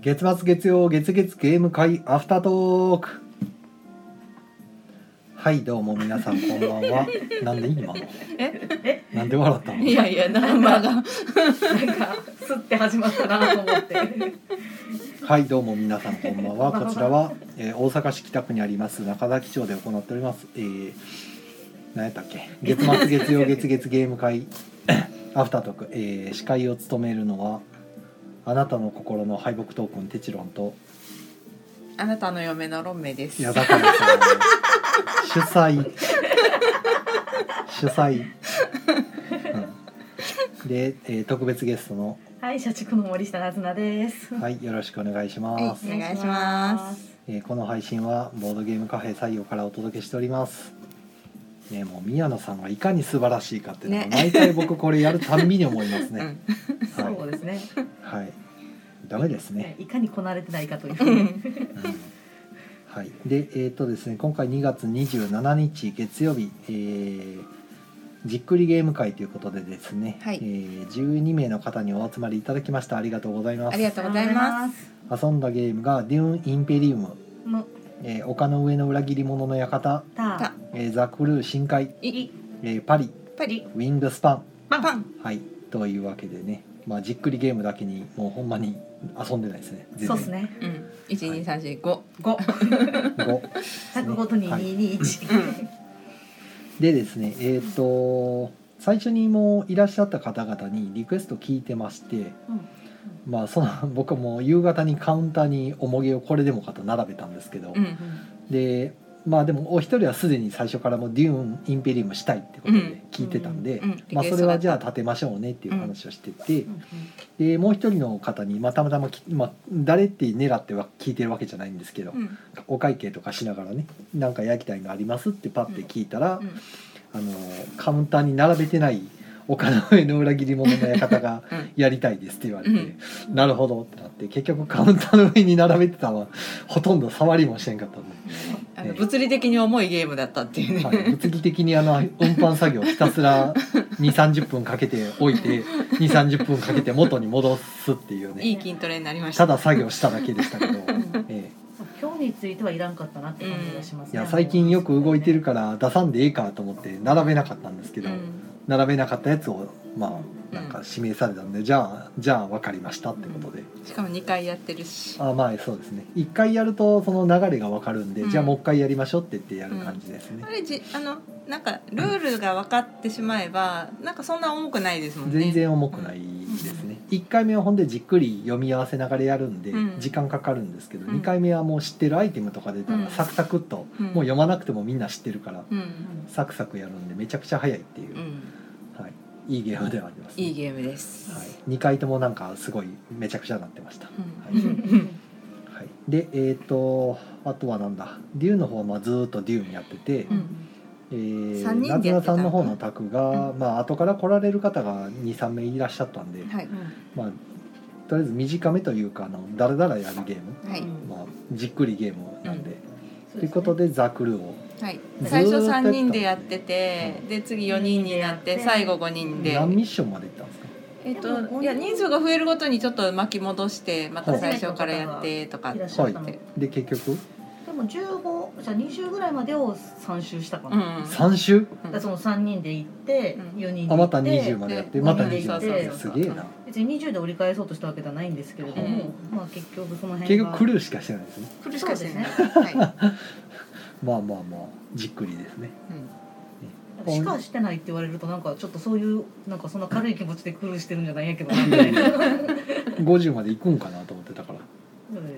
月末月曜月月ゲーム会アフタートークはいどうも皆さんこんばんはなんで今のえなんで笑ったのいやいやナンバーがなんかすって始まったなと思って。はいどうも皆さんこんばんはこちらは、えー大阪市北区にあります中崎町で行っておりますえー、何やったっけ月末月曜月月ゲーム会アフタートーク、えー司会を務めるのはあなたの心の敗北トークンテチロンとあなたの嫁のロンメイです矢坂さん主催主催、うん、で、えー特別ゲストのはい、社畜の森下なずなです。はいよろしくお願いします、はいお願いしますえーこの配信はボードゲームカフェ採用からお届けしておりますねもう宮野さんがいかに素晴らしいかっていうのがね毎回僕これやるたんびに思います うねん、はいそうですね。はいダメですねいかにこなれてないかというう。んうんはい、で、えっ、とですね、今回2月27日月曜日、えーじっくりゲーム会ということでですね、はいえー12名の方にお集まりいただきました。ありがとうございまありがす。とうございますす。遊んだゲームが、デューン・インペリウム、のえー丘の上の裏切り者の館、たたえーザ・クルー深海、いえーパリ、パリウィングスパン、パンはい、というわけでね、まあ、じっくりゲームだけに、もうほんまに遊んでないですね。全然そうです。ね。うん一二三四五五五百ごとにはい二二一。でですねえっ、と最初にもういらっしゃった方々にリクエスト聞いてましてまあその 僕はもう夕方にカウンターにおもげをこれでもかと並べたんですけど、うんでまあでもお一人はすでに最初からもうデューンインペリウムしたいってことで聞いてたんで、うんうんまあ、それはじゃあリ立てましょうねっていう話をしてて、でもう一人の方に、まあ、たまたまき、まあ、誰って狙っては聞いてるわけじゃないんですけど、うんお会計とかしながらねなんか焼きたいのありますってパッて聞いたら、うんあのカウンターに並べてない丘の上の裏切り者の館がうんやりたいですって言われて、うんなるほどってなって結局カウンターの上に並べてたのはほとんど触りもしてんかったんで、あの物理的に重いゲームだったっていうね、はい、物理的にあの運搬作業ひたすら2 3 0分かけて置いて2 3 0分かけて元に戻すっていうねい、い筋トレになりましたただ作業しただけでしたけ ど。え今日についてはいらんかったなって感じがしまえすいね。や最近よく動いてるから出さんでええかと思って並べなかったんですけうど、ん並べなかったやつをまあなんか指名されたんで、じゃあじゃあ分かりましたってことで、しかも二回やってるしあまあそうですね1回やるとその流れが分かるんで、うんじゃあもう1回やりましょうって言ってやる感じですねあ、れじあのなんかルールが分かってしまえばなんかそんな重くないですもんね全然重くないですね、一1回目はほんでじっくり読み合わせながらやるんでうん時間かかるんですけど、うん2回目はもう知ってるアイテムとか出たうんらサクサクっと、うんもう読まなくてもみんな知ってるから、うんサクサクやるんでめちゃくちゃ早いっていう、うんはい、いいゲームではありますね、いいゲームです、はい、2回ともなんかすごいめちゃくちゃなってました、うんはういんうんはい、でえっ、とあとはなんだデューンの方はまあずーっとデューンやってて、うんえー三人で夏や菜ってたさんの方の宅が、まあ後から来られる方が23名いらっしゃったんで、はいまあとりあえず短めというかあのだらだらやるゲーム、はいうんまあ、じっくりゲームなんで、そということででザ・クルーをはいずーっとやってたん、で最初3人でやってて、で次4人になっうてん最後5人で、何ミッションまでいったんですかえっといや人数が増えるごとにちょっと巻き戻してまたはい最初からやってとかいらっしゃゃっったたのの。ででで結局も十五じゃあ二十ぐらいまでを三周したかうな。だかん3周らその三人で行ってうん四人であ行まって。た20までやってでまた五人20でまでやってそすうそうげえな別に20で折り返そうとしたわけではないんですけれども、まあ結局その辺結が局クルーしかしてないですね苦しかしてない、そ はまあまあまあじっくりですねいうんしかしてないって言われるとなんかちょっとそういうなんかそんな軽い気持ちでクルーしてるんじゃないんやけどなみたいな50まで行くんかなと思ってたから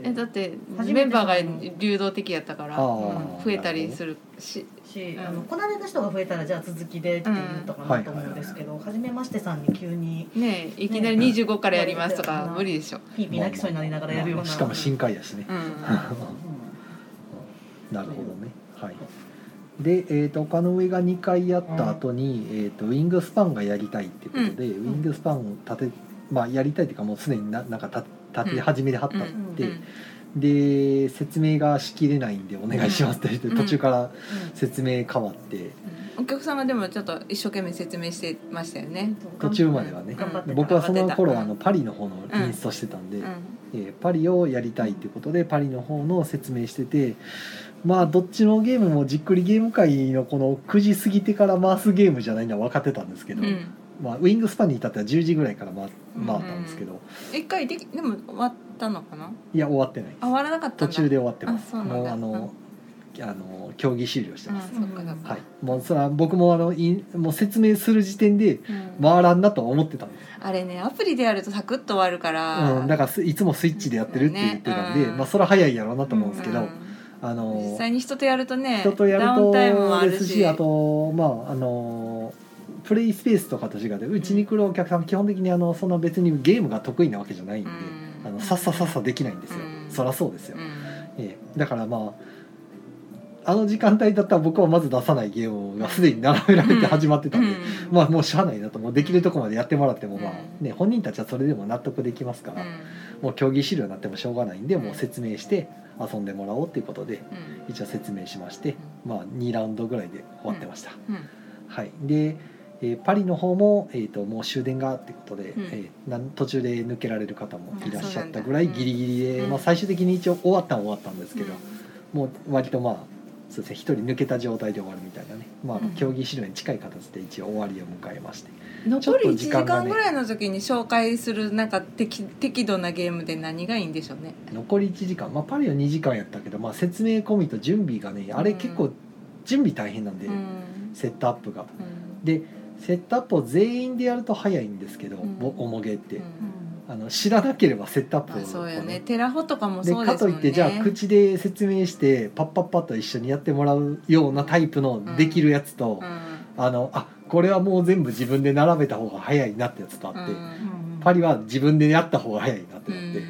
えだって初メめてンバーが流動的やったから、あーうん増えたりするしし、うんあのこなれた人が増えたらじゃあ続きでって言ったかなと思うんですけど、初めましてさんに急にねえいきなり25からやりますとかね無理でしょ、ピーピー泣きそうになりながらやるような、しかも深海やしねう ん、うなるほどねはいで、えー、と丘の上が2回やった後に、えー、とウィングスパンがやりたいっていうことで、んウィングスパンを立て、まあ、やりたいっていうかもうすでにななんか立立て始めではったって、うんうんで説明がしきれないんでお願いしますって言ってうん途中から説明変わってお客様でもちょっと一生懸命説明してましたよね。途中まではね頑張ってた僕はその頃うんあのパリの方のインストしてたんで、うんえーパリをやりたいってことでパリの方の説明しててまあどっちのゲームもじっくりゲーム会のこの9時過ぎてから回すゲームじゃないのは分かってたんですけうど、ん。まあ、ウィングスパンに至っては10時ぐらいから回うん回ったんですけど、一回できでも終わったのかな。いや終わってないですあ終わらなかっ途たんだ。中で終わってますあそうなんもうだあの、あの競技終了してます、うんそっかそっか。はいもうそれは僕もあのインもう説明する時点でうん回らんなとは思ってたんですあれねアプリでやるとサクッと終わるから。うん、だからすいつもスイッチでやってるって言ってたんで、ねうんまあ、それは早いやろうなと思うんですけど、うんあの実際に人とやるとね、人とやるダウンタイムもとあでるすし、しあとまああのプレイスペースとかと違ってうちに来るお客さん基本的にあのそんな別にゲームが得意なわけじゃないんで、うんあのさっささっさできないんですよ、うんそらそうですよ、うんええだからまああの時間帯だったら僕はまず出さないゲームがすでに並べられて始まってたんで、うんまあもうしゃあないなともうできるとこまでやってもらってもまあうんね本人たちはそれでも納得できますから、もう競技資料になってもしょうがないんでもう説明して遊んでもらおうっていうことでうん一応説明しまして、まあ、2ラウンドぐらいで終わってました、うんうんはいで、えーパリの方も、えー、ともう終電がってことで、うんえーなん途中で抜けられる方もいらっしゃったぐらういんギリギリで、うんまあ、最終的に一応終わったは終わったんですけど、うもう割とまあそうですね1人抜けた状態で終わるみたいなね、まあうん、競技資料に近い形で一応終わりを迎えまして、ん残りちょっと1時時間がね間ぐらいの時に紹介するなんか適適度なゲームで何がいいんでしょうね。残り1時間、まあ、パリは2時間やったけど、まあ、説明込みと準備がねあれ結う構準備大変なんで、うんセットアップが。うんでセットアップを全員でやると早いんですけど、うんおおもげって、うんあの知らなければセットアップをあそうよこうね。テラホとかもでそうでかすともんね。いってじゃあ口で説明してパッパッパッと一緒にやってもらうようなタイプのできるやつと、うんあのあこれはもう全部自分で並べた方が早いなってやつとあって、うんパリは自分でやった方が早いなってうなって、ん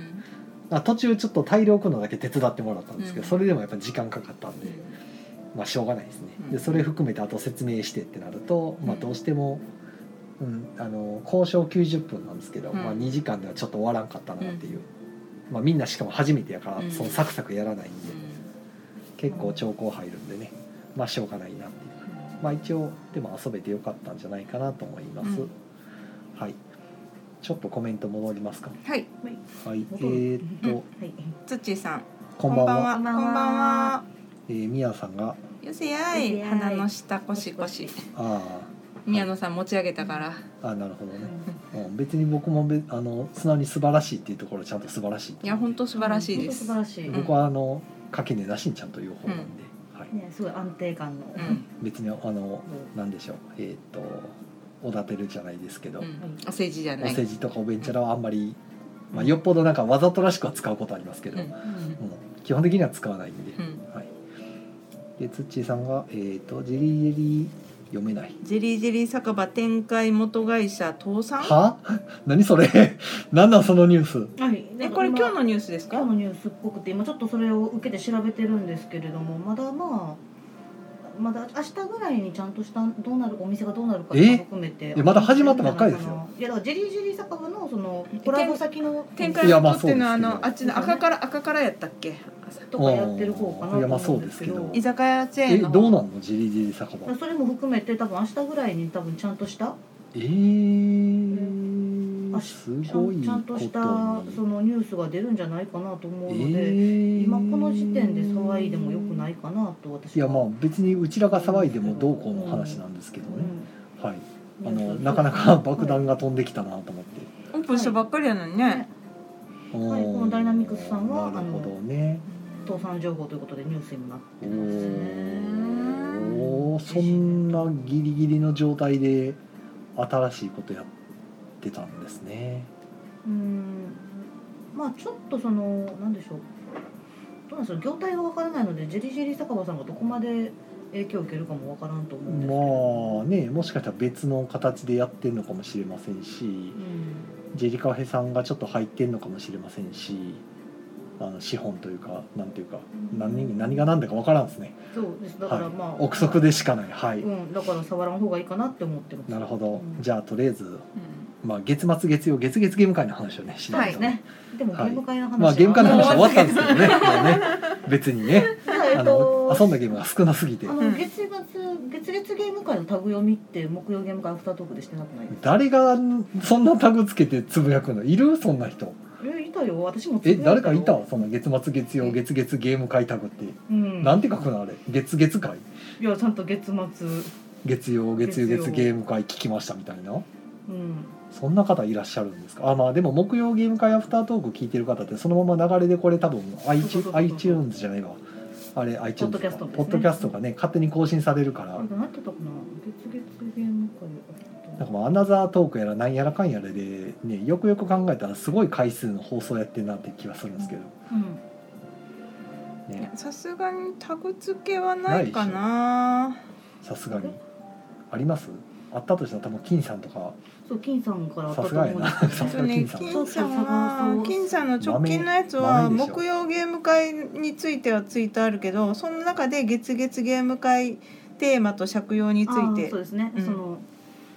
あ途中ちょっと大量組むのだけ手伝ってもらったんですけど、うんそれでもやっぱ時間かかったんで、まあしょうがないですね、うんでそれ含めてあと説明してってなると、まあ、どうしても、うん、あの交渉90分なんですけど、うんまあ、2時間ではちょっと終わらんかったなっていう、まあ、みんなしかも初めてやから、うんそのサクサクやらないんで、う結構兆候入るんでねまあしょうがないなっていう、まあ、一応でも遊べてよかったんじゃないかなと思います、うんはいちょっとコメント戻りますかんはい、はいえ戻るー、っうんとはいつっちーさん。こんばんはこんばんは。こんばんはえー、宮さんがよせやいよせやい鼻の下コシコシあ宮野さん持ち上げたからーあーなるほどねうん、別に僕もべあの素直に素晴らしいっていうところちゃんと素晴らしいといや本当素晴らしいです素晴らしい。僕はあの垣根なしにちゃんと言う方なんで、はい、ね、すごい安定感の。うん別にあの何でしょうえっ、とおだてるじゃないですけど、うんお世辞じゃおない世辞とかおべんちゃらはあんまり、まあ、よっぽどなんかわざとらしくは使うことありますけど、ううんんうん基本的には使わないんで、うんはいでつっちーさんが「えー、とジェリージェリー読めない」ジェリージェリー酒場展開元会社倒産は 何それ何なんそのニュースはい。えこれ今日のニュースです今か日のニュースっぽくて今ちょっとそれを受けて調べてるんですけれどもまだまあまだ明日ぐらいにちゃんとしたどうなるお店がどうなるかっていうのも含めてえまだ始まったばっかりですよいやだからジェリージェリー酒場のそのコラボ先の展い開や元っていうのはあまあのあっちの赤から赤からやったっけとかやってる方かなうんいやまあと思うんですけそうどです居酒屋チェえーンのどうなんのジェリージェリー酒場それも含めて多分明日ぐらいに多分ちゃんとしたえー、すちゃんごいちゃんこととにしたそのニュースが出るんじゃないかなと思うえので、ー今この時点で騒いでもよくないかなと私はいやまあ別にうちらが騒いでもどうこうの話なんですけどね、はいあうんのなかなか爆弾が飛んできたなと思って、オープンしたばっかりやのにねはいうんこのダイナミクスさんはなるほどね倒産情報ということでニュースになっおてますんねおーそんなギリギリの状態で新しいことやってたんですねうんまあちょっとそのなんでしょうどうなんでしょう業態がわからないのでジェリージェリー酒場さんがどこまで影響を受けるかもわからんと思うんですけど、まあねもしかしたら別の形でやってるのかもしれませんしうんジェリカフェさんがちょっと入ってんのかもしれませんしあの資本というかなんていうか何何が何だか分からんですね、そうですだからまあ、はい、憶測でしかないはい、うんだから触らん方がいいかなって思ってますなるほど、うんじゃあとりあえず、まあ、月末月曜月月ゲーム会の話をねしはないいと、ねでもゲはいーム会の話は、まあゲーム会の話は終わったんですけ どねもうもうね別にねじゃあえあのっと遊んだゲームが少なすぎてあうのん月末月月ゲーム会のタグ読みって木曜ゲーム会アフタートークでしてなくないですか誰がそんなタグつけてつぶやくのいるそんな人えいたよ私もつぶえやいよ誰かいたその月末月曜月月ゲーム会タグって、うんなんて書くのあれ月月会いやちゃんと月末月曜月曜月月曜ゲーム会聞きましたみたいなうんそんな方いらっしゃるんですかあまあでも木曜ゲーム会アフタートーク聞いてる方ってそのまま流れでこれ多分 i そうそうそう iTunes じゃないわあれ iTunes ポッドキャかストですねポッドキャストがね勝手に更新されるから、あれ何てたかな月月ゲーム会なんかまあアナザートークやらなんやらかんやらで、ね、よくよく考えたらすごい回数の放送やってんなって気はするんですけど、うんいねや、さすがにタグ付けはないかなさすがにありますあったとしたら多分金さんとかそう金さんからあっさたとすがや思うんでなさすそうが ね金さん金さんは金さんの直近のやつは豆豆でしょ木曜ゲーム会についてはツイートあるけどその中で月月ゲーム会テーマと借用についあーてそうですね、うんその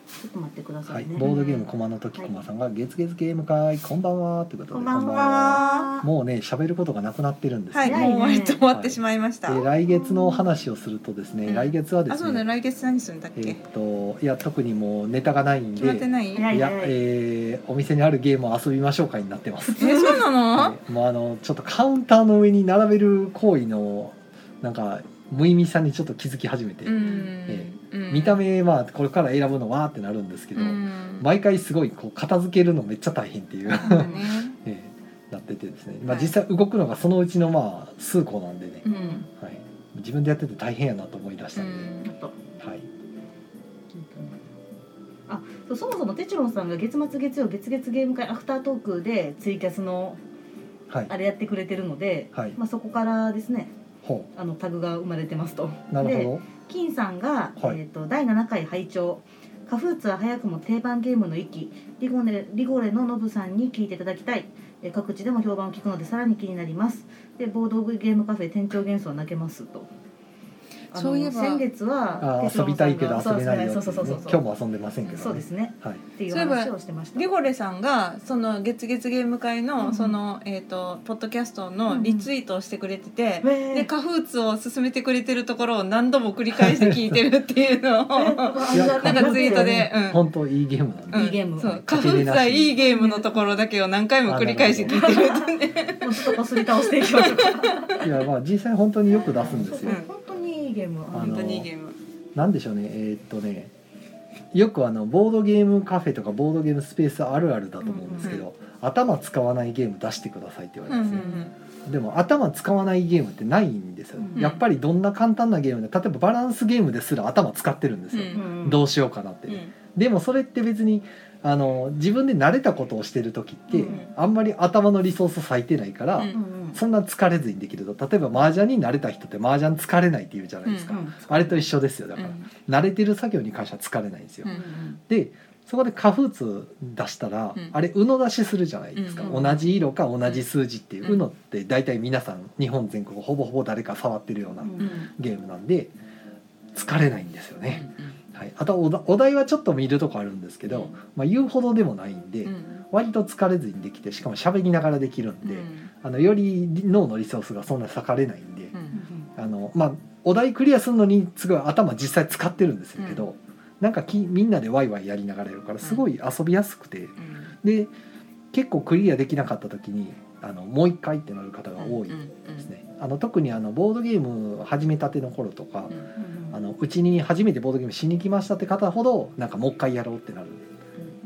ちょっと待ってくださはいい、ね、ボードゲーム駒の時駒さんが「月月ゲーム会こんばんは」ということでこんばんはもうね喋ることがなくなってるんですはい、ね、早いねもう割と終わってしまいました、で来月のお話をするとですね、うん来月はであそすうだね来月何するんだっえけ、ーっといや特にもうネタがないん決まってでないないえいや、えーお店にあるゲームを遊びましょうかになってますそうなの、はいもうあのちょっとカウンターの上に並べる行為のなんか無意味さにちょっと気づき始めて、うん、えうん見た目まあこれから選ぶのはってなるんですけど、うん毎回すごいこう片付けるのめっちゃ大変っていう、そうだねええなっててですね、まあ、はい実際動くのがそのうちのまあ数個なんでねう、んはい、自分でやってて大変やなと思い出しうたんで、ちょんっとはい、 あそうそもそもてちろんさんが月末月曜月月ゲーム会アフタートークでツイキャスのはいあれやってくれてるので、はいまあ、そこからですねほあのタグが生まれてますとうなるでほ金さんが、はいえー、と第7回拝聴カフーツは早くも定番ゲームの域リゴレリゴレのノブさんに聞いていただきたいえー各地でも評判を聞くのでさらに気になりますでボードゲームカフェ店長幻想泣けますとあのそういえば先月どあはあ哲遊郎びさたんいがけど遊べないよっていそううそうそうそうねそう今日も遊んでませんけど、ね、そうですねはいっていう話をしてましたリゴレさんがその月月ゲーム会うんうのんその、えっ、とポッドキャストのリツイートをしてくれてて、えでカフーツを勧めてくれてるところを何度も繰り返して聞いてるっていうのをいやなんかツイートで、うん本当いいゲームなんで、うんいいゲームそうカフーツはいいゲームのところだけを何回も繰り返して聞いてるってねもうちょっとこすり倒していきましょうかいやまあ実際本当によく出すんですそうよそう本当にいいゲームあの本当にいいゲームなんでしょうねえーっとねよくあのボードゲームカフェとかボードゲームスペースあるあるだと思うんですけど、うん頭使わないゲーム出してくださいって言わうれんまうすんうね、んでも頭使わないゲームってないんですよ、うんやっぱりどんな簡単なゲームで例えばバランスゲームですら頭使ってるんですよ、うんどうしようかなって、うんでもそれって別にあの自分で慣れたことをしてる時って、うんあんまり頭のリソース割いてないから、うんうんうんそんな疲れずにできると例えば麻雀に慣れた人って麻雀疲れないって言うじゃないですか、うんあれと一緒ですよだうから、ん慣れてる作業に関しては疲れないんですよ、うんでそこでカフーツ出したら、うんあれうの出しするじゃないですか、うん同じ色か同じ数字っていう、うんうのって大体皆さん日本全国ほぼほぼ誰か触ってるようなうんうんゲームなんで疲れないんですよね、はい、あとおだお題はちょっと見るとこあるんですけど、まあ、言うほどでもないんで、うん割と疲れずにできてしかも喋りながらできるんで、うんあのより脳のリソースがそんな割かれないんで、ううんんあのまあお題クリアするのにすごい頭実際使ってるんですけど、なんかきみんなでワイワイやりながらやるからすごい遊びやすくて、うんで結構クリアできなかった時にあのもう一回ってなる方が多いうんですね。あの特にあのボードゲーム始めたての頃とか、うんうんあのうちに初めてボードゲームしに来ましたって方ほどなんかもう一回やろうってなる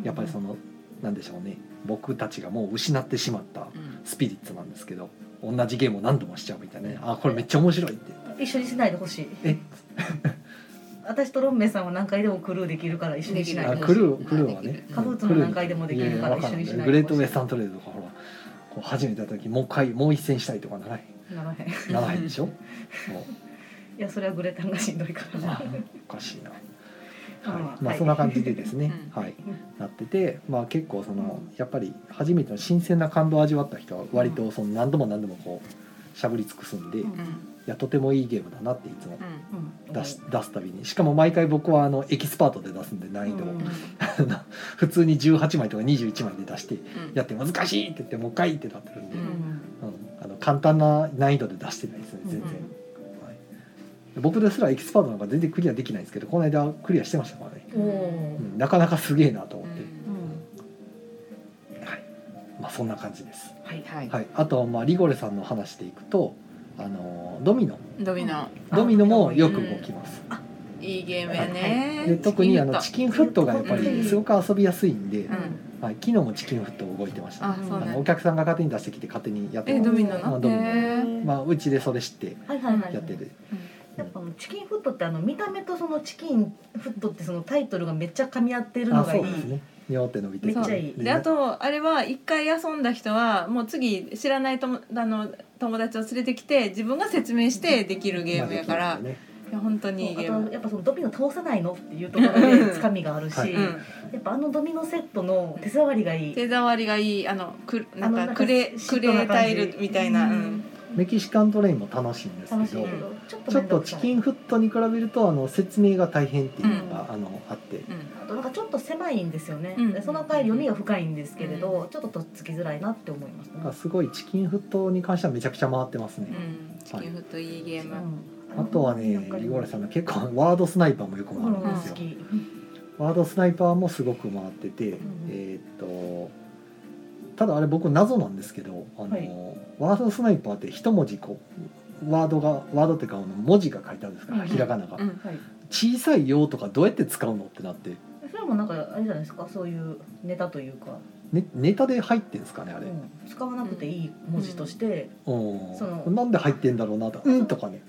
やっぱりそのなんでしょうね僕たちがもう失ってしまったうんスピリッツなんですけど同じゲームを何度もしちゃうみたいなねあこれめっちゃ面白いって一緒にしないでほしいえ 私とロンメイさんは何回でもクルーできるから一緒にしないであほしいクルークルーはねカブーツクもルー何回でもできいやるいやからわか一ん緒ないにしないグレでートウほしェスタントレードとかほらこう始めた時もう一回もう一戦したいとかな らへんいならへんいならへんでしょもやそれはグレタンがしんどいからうあおかしいなはいまはあ、いそんな感じでですね、うんはい、なってて、まあ、結構そのやっぱり初めての新鮮な感動を味わった人は割とその何度も何度もこうしゃぶり尽くすんで、うんいうんやとてもいいゲームだなっていつもうんうん出し出すたびにしかも毎回僕はあのエキスパートで出すんで難易度を、うん 普通に18枚とか21枚で出してうんやって難しいって言ってもう一回ってなってるんで、ううんうんんあの簡単な難易度で出してないですね全然、はい、僕ですらエキスパートなんか全然クリアできないんですけどこの間クリアしてましたからね、おおう、ん、なかなかすげえなと思って、うん、はい、まあそんな感じです。はいはいはい、あとまあリゴレさんの話でいくと、あのドミノ、ドミノドミノもよく動きます。いいゲームやね、で特にあのチチキンフットがやっぱうりんすごく遊びやすいんでキン、フットはい、昨日もチキンフット動いてましうん、た。あそうあなのんおだ客さんが勝手に出してきて勝手にやってえまドす。ミノなあんドミノへまあうちでそれ知ってはいはいはいやってる。やっぱあのチキンフットってあの見た目とそのチキンフットってそのタイトルがめっちゃ噛み合ってるのあがいそいうですね。両手伸びてめっちゃいいであとあれは一回遊んだ人はもう次知らないともあの友達を連れてきて自分が説明してできるゲームやまかあらできるんでねいや本当にいいそうゲーあとムやっぱそのドミノ倒さないのっていうところでつかみがあるし、はいうんやっぱあのドミノセットの手触りがいい、手触りがいいあのくなあのなんんかかクレシクットレなータ感じイルみたいな、ううんん、メキシカントレインも楽しいんですけど楽しいけどちょっとちょ面っ倒とくチさいキンフットに比べるとあの説明が大変っていうのが、あのあってうんあとなんかちょっと狭いんですよね、うんでその回読みが深いんですけれど、ちょっととっつきづらいなって思いましたね、あすごいチキンフットに関してはめちゃくちゃ回ってますね、うん、チキンフットいいゲーム、うんあとはねリゴラさんの結構ワードスナイパーもよくう回るんんです好よ、き、ワードスナイパーもすごく回ってて、んえーっとただあれ僕謎なんですけどあの、はいワードスナイパーって一文字こうワードがワードっていうかあの文字が書いてあるんですから、うんひらがなが、うんはい、小さい「よ」とかどうやって使うのってなって、それもなんかあれじゃないですかそういうネタというか、ね、ネタで入ってんですかねあうれ、ん、使わなくていい文字として、そのうん、なんで入ってんだろうなと「うん」とかね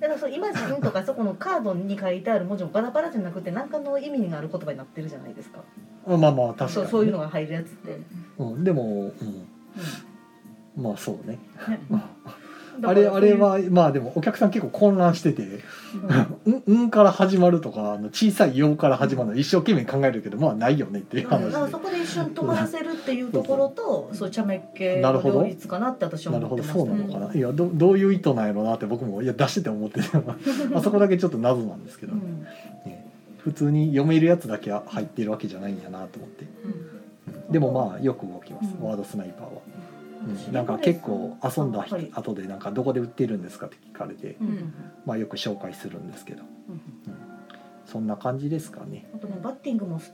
だからそう今自分と かそこのカードに書いてある文字もバラバラじゃなくて何かの意味がある言葉になってるじゃないですかあまあまあ確かに、ね、そうそういうのが入るやつって、うん、でも、うん、まあそうねねあれあれ、だかはまあでもお客さん結構混乱しててらそういう「うん」うんから始まるとかあの小さい「よ」から始まるの一生懸命考えるけどまあないよねっていううんだから話そこで一瞬止まらせるっていうところとそうちゃめっ気なるのほど両立かなって私ではな思るってほどましたそうなのかないやどどういう意図なんやろうなって僕もいや出してて思って てあそこだけちょっと謎なんですけど、うんね、普通に読めるやつだけは入ってるわけじゃないんやなと思ってうんでもまあよく動きます、うんワードスナイパーは、私うん、なんか結構遊んだ人やっぱり後でなんか「どこで売ってるんですか?」って聞かれて、うんまあ、よく紹介するんですけどうんそんな感じですかねあとねバッティングも好き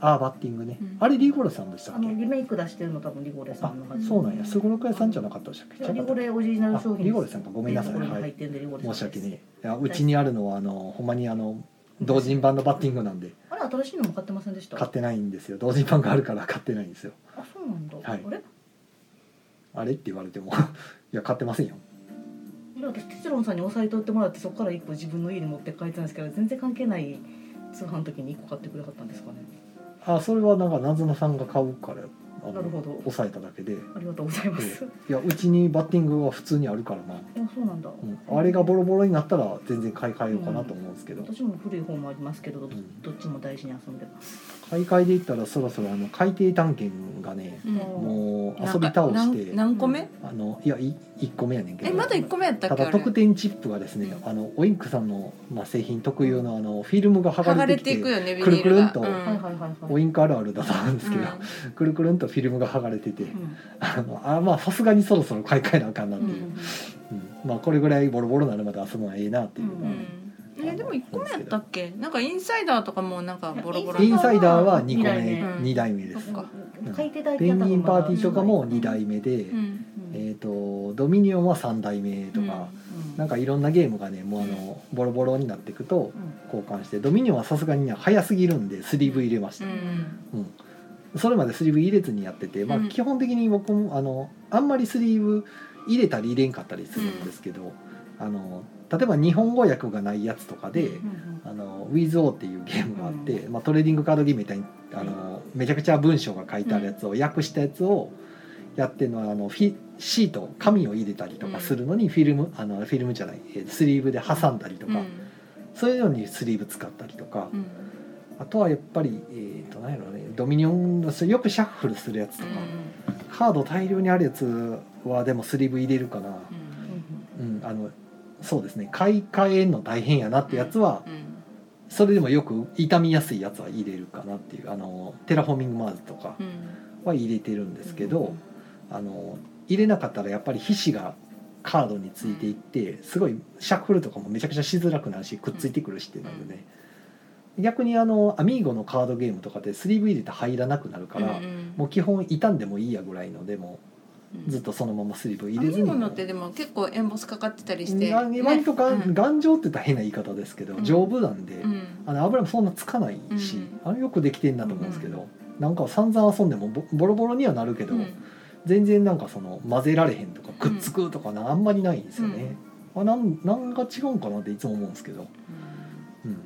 ああバッティングね、うんあれリゴレさんでしたあっけのリメイク出してるの多分リゴレさあんのそうなんやすごろく屋さんじゃなかったでしたっけリ違かゴったっレオリジナルけ商あ品リゴレさんかごめんなさい、ってうところはに入いっ、てるんでリゴレさん申し訳ですねえいやうちにあるのはあのほんまにあの同人版のバッティングなんであれ新しいのも買ってませんでした買ってないんですよ同人版があるから買ってないんですよあそうなんだ、はいあれあれって言われても いや買ってませんよいや私テチロンさんに押さえておいてもらってそこから一個自分の家に持って帰ってたんですけど全然関係ない通販の時に一個買ってくれはったんですかねあそれはなんかなずなさんが買うからあのなるほど抑えただけでありがとうございます、いやうちにバッティングは普通にあるからな、あそうなんだ、うん、あれがボロボロになったら全然買い替えようかなと思うんですけど、私も古い方もありますけどど,、んっちも大事に遊んでます、買い替えで言ったらそろそろあの海底探検がねうんもう遊び倒してなんか何個目、あのいやい1個目やねんけどえまだ一個目やったたっけだあれ特典チップがですねあのオインクさんの、まあ、製品特有のあのフィルムが剥剥ががれれてきてていくよねビニくるーくルるがんとうんはいはいはいはいオインクあるあるだと思うんですけど、くるくるんとフィルムが剥がれてて、うん あのあまあさすがにそろそろ買い替えなあかんなっうてんいう、うんまあ、これぐらいボロボロになるまで遊ぶのはええなっていうのうが、んうんえでも一個目やったっけなんかインサイダーとかもなんかボロボロインサイダーは2個二代目、目うん2代目でそすっかうん書いていただいてペたンのギンパーティーとかもうん2代目で、うんうんえー、とドミニオンは3代目とか、うんなんかいろんなゲームがねもうあのボロボロになっていくとうん交換してドミニオンはさすがにね早すぎるんで 3V 入れましうた、んうんそれまで 3V 入れずにやってて、まあう、ん基本的に僕もあのあんまり 3V 入れたり入れんかったりするんですけど、あの例えば日本語訳がないやつとかで「ううんうんあの WithO」っていうゲームがあって、まあ、トレーディングカードゲームみたいにあのめちゃくちゃ文章が書いてあるやつを訳したやつをやってるのはあのフィシート紙を入れたりとかするのにフィルム、あのフィルムじゃないえースリーブで挟んだりとうんか、そういうのにスリーブ使ったりとかう、んあとはやっぱり、えー、となんやろねドミニオンのよくシャッフルするやつとか、カード大量にあるやつはでもスリーブ入れるかな、うん、あのそうですね買い替えんの大変やなってやつは、それでもよく傷みやすいやつは入れるかなっていうあのテラフォーミングマーズとかは入れてるんですけど、あの入れなかったらやっぱり皮脂がカードについていってすごいシャッフルとかもめちゃくちゃしづらくなるしくっついてくるしってなるね、逆にあのアミーゴのカードゲームとかってスリーブ入れて入らなくなるから、もう基本傷んでもいいやぐらいのでもずっとそのままスリーブ入れずに編み物ってでも結構エンボスかかってたりして、な割とがん、ね頑丈って言ったら変な言い方ですけど、うん丈夫なんで、うんあの油もそんなつかないし、うんあれよくできてんなと思うんですけど、なんか散々遊んでもボボロボロにはなるけど、全然なんかその混ぜられへんとかくっつくとかな、あんまりないんですよね、あなんなんが違うんかなっていつも思うんですけど、うん、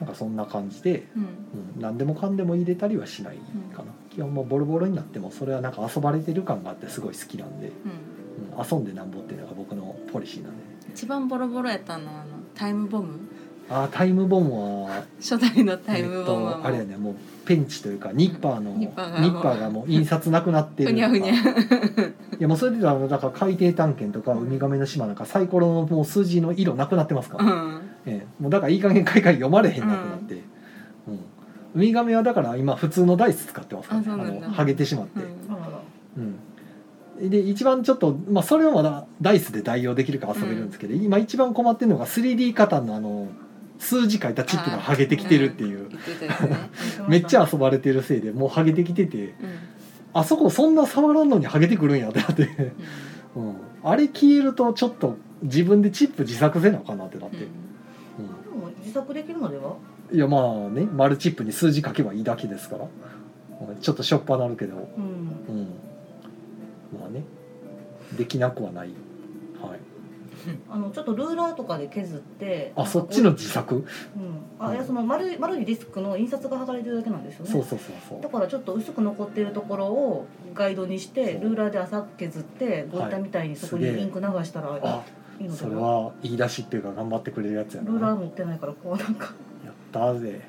なんかそんな感じで、うんうんうん、何でもかんでも入れたりはしないかな、基本もうボロボロになってもそれはなんか遊ばれてる感があってすごい好きなんで、うんうん、遊んでなんぼっていうのが僕のポリシーなんでね一番ボロボロやったのはあのタイムボムあータイムボムは初代のタイムボムえはっもとあうれやねもうペンチというかニッパーのニニッッパパーがもうーがもう印刷なくなってるとふにかゃふにゃいやもうそれで言うとあのだから海底探検とかウミガメの島なんかサイコロのもう数字の色なくなってますかうら、んええもうだからいい加減海外読まれへんなくなって、うんウミガメはだから今普通のダイス使ってますから、ね、あそうなんだのハゲてしまって、うんうん、で一番ちょっと、まあ、それをまだダイスで代用できるから遊べるんですけど、今一番困ってるのが 3D カタンのあの数字書いたチップがハゲてきてるっていう、言ってたですねめっちゃ遊ばれてるせいでもうハゲてきててうんあそこそんな触らんのにハゲてくるんやってなって、うん、あれ消えるとちょっと自分でチップ自作せなあかんなってなって、うんうも自作できるのではん、いやまあねマルチップに数字書けばいいだけですから、うんちょっとしょっぱなるけど、うんうん、まあねできなくはない、はい、あのちょっとルーラーとかで削ってあそっちの自作うんあいやその丸い丸いディスクの印刷が働いてるだけなんですよねそうそうそうそだからちょっと薄く残ってるところをガイドにしてそうルーラーで浅く削ってごったみたいにそこにすげえインク流したらうあいいのそでれは、は言い出しっていうか頑張ってくれるやつやルーラなー持ってないからこうなんかやったぜ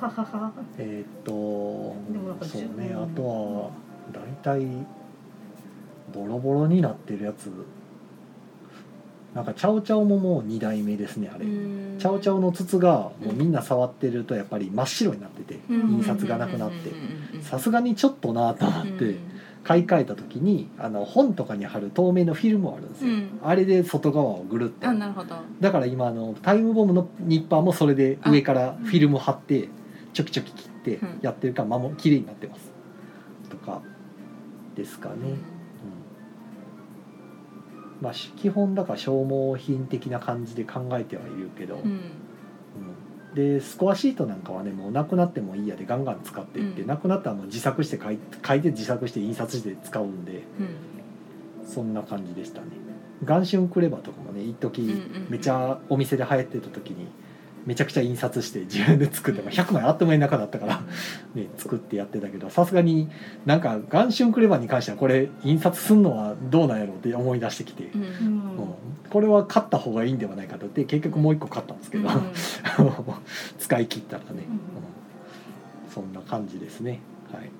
はははえーっとでもなんかそう十ね分あとは大体ボロボロになってるやつなんかチャオチャオももう2代目ですねあれ、うんチャオチャオの筒がもうみんな触ってるとやっぱり真っ白になっててうん印刷がなくなってうんうんうんさすがにちょっとなぁと思って、買い替えた時にあの本とかに貼る透明のフィルムあるんですうよ、んあれで外側をぐるっとあなるほどだから今あのタイムボムのニッパーもそれで上からフィルム貼ってちょきちょき切ってうんやってるからまも綺麗になってますとかですかね、うんまあし基本だから消耗品的な感じで考えてはいるけど、うんうんでスコアシートなんかはねもうなくなってもいいやでガンガン使っていって、うんなくなったらもう自作して書い書いて自作して印刷して使うんでうんそんな感じでしたね元春クレバとかもね一時、うんうんめちゃお店で流行ってた時にめちゃくちゃ印刷して自分で作っても100枚あっという間に中だったから、ね、作ってやってたけどさすがになんか元春クレバに関してはこれ印刷すんのはどうなんやろうって思い出してきて、うんううんん、うんこれは買った方がいいんではないかと言って結局もう一個買ったんですけど、 使い切ったらね、うんうんそんな感じですねはい、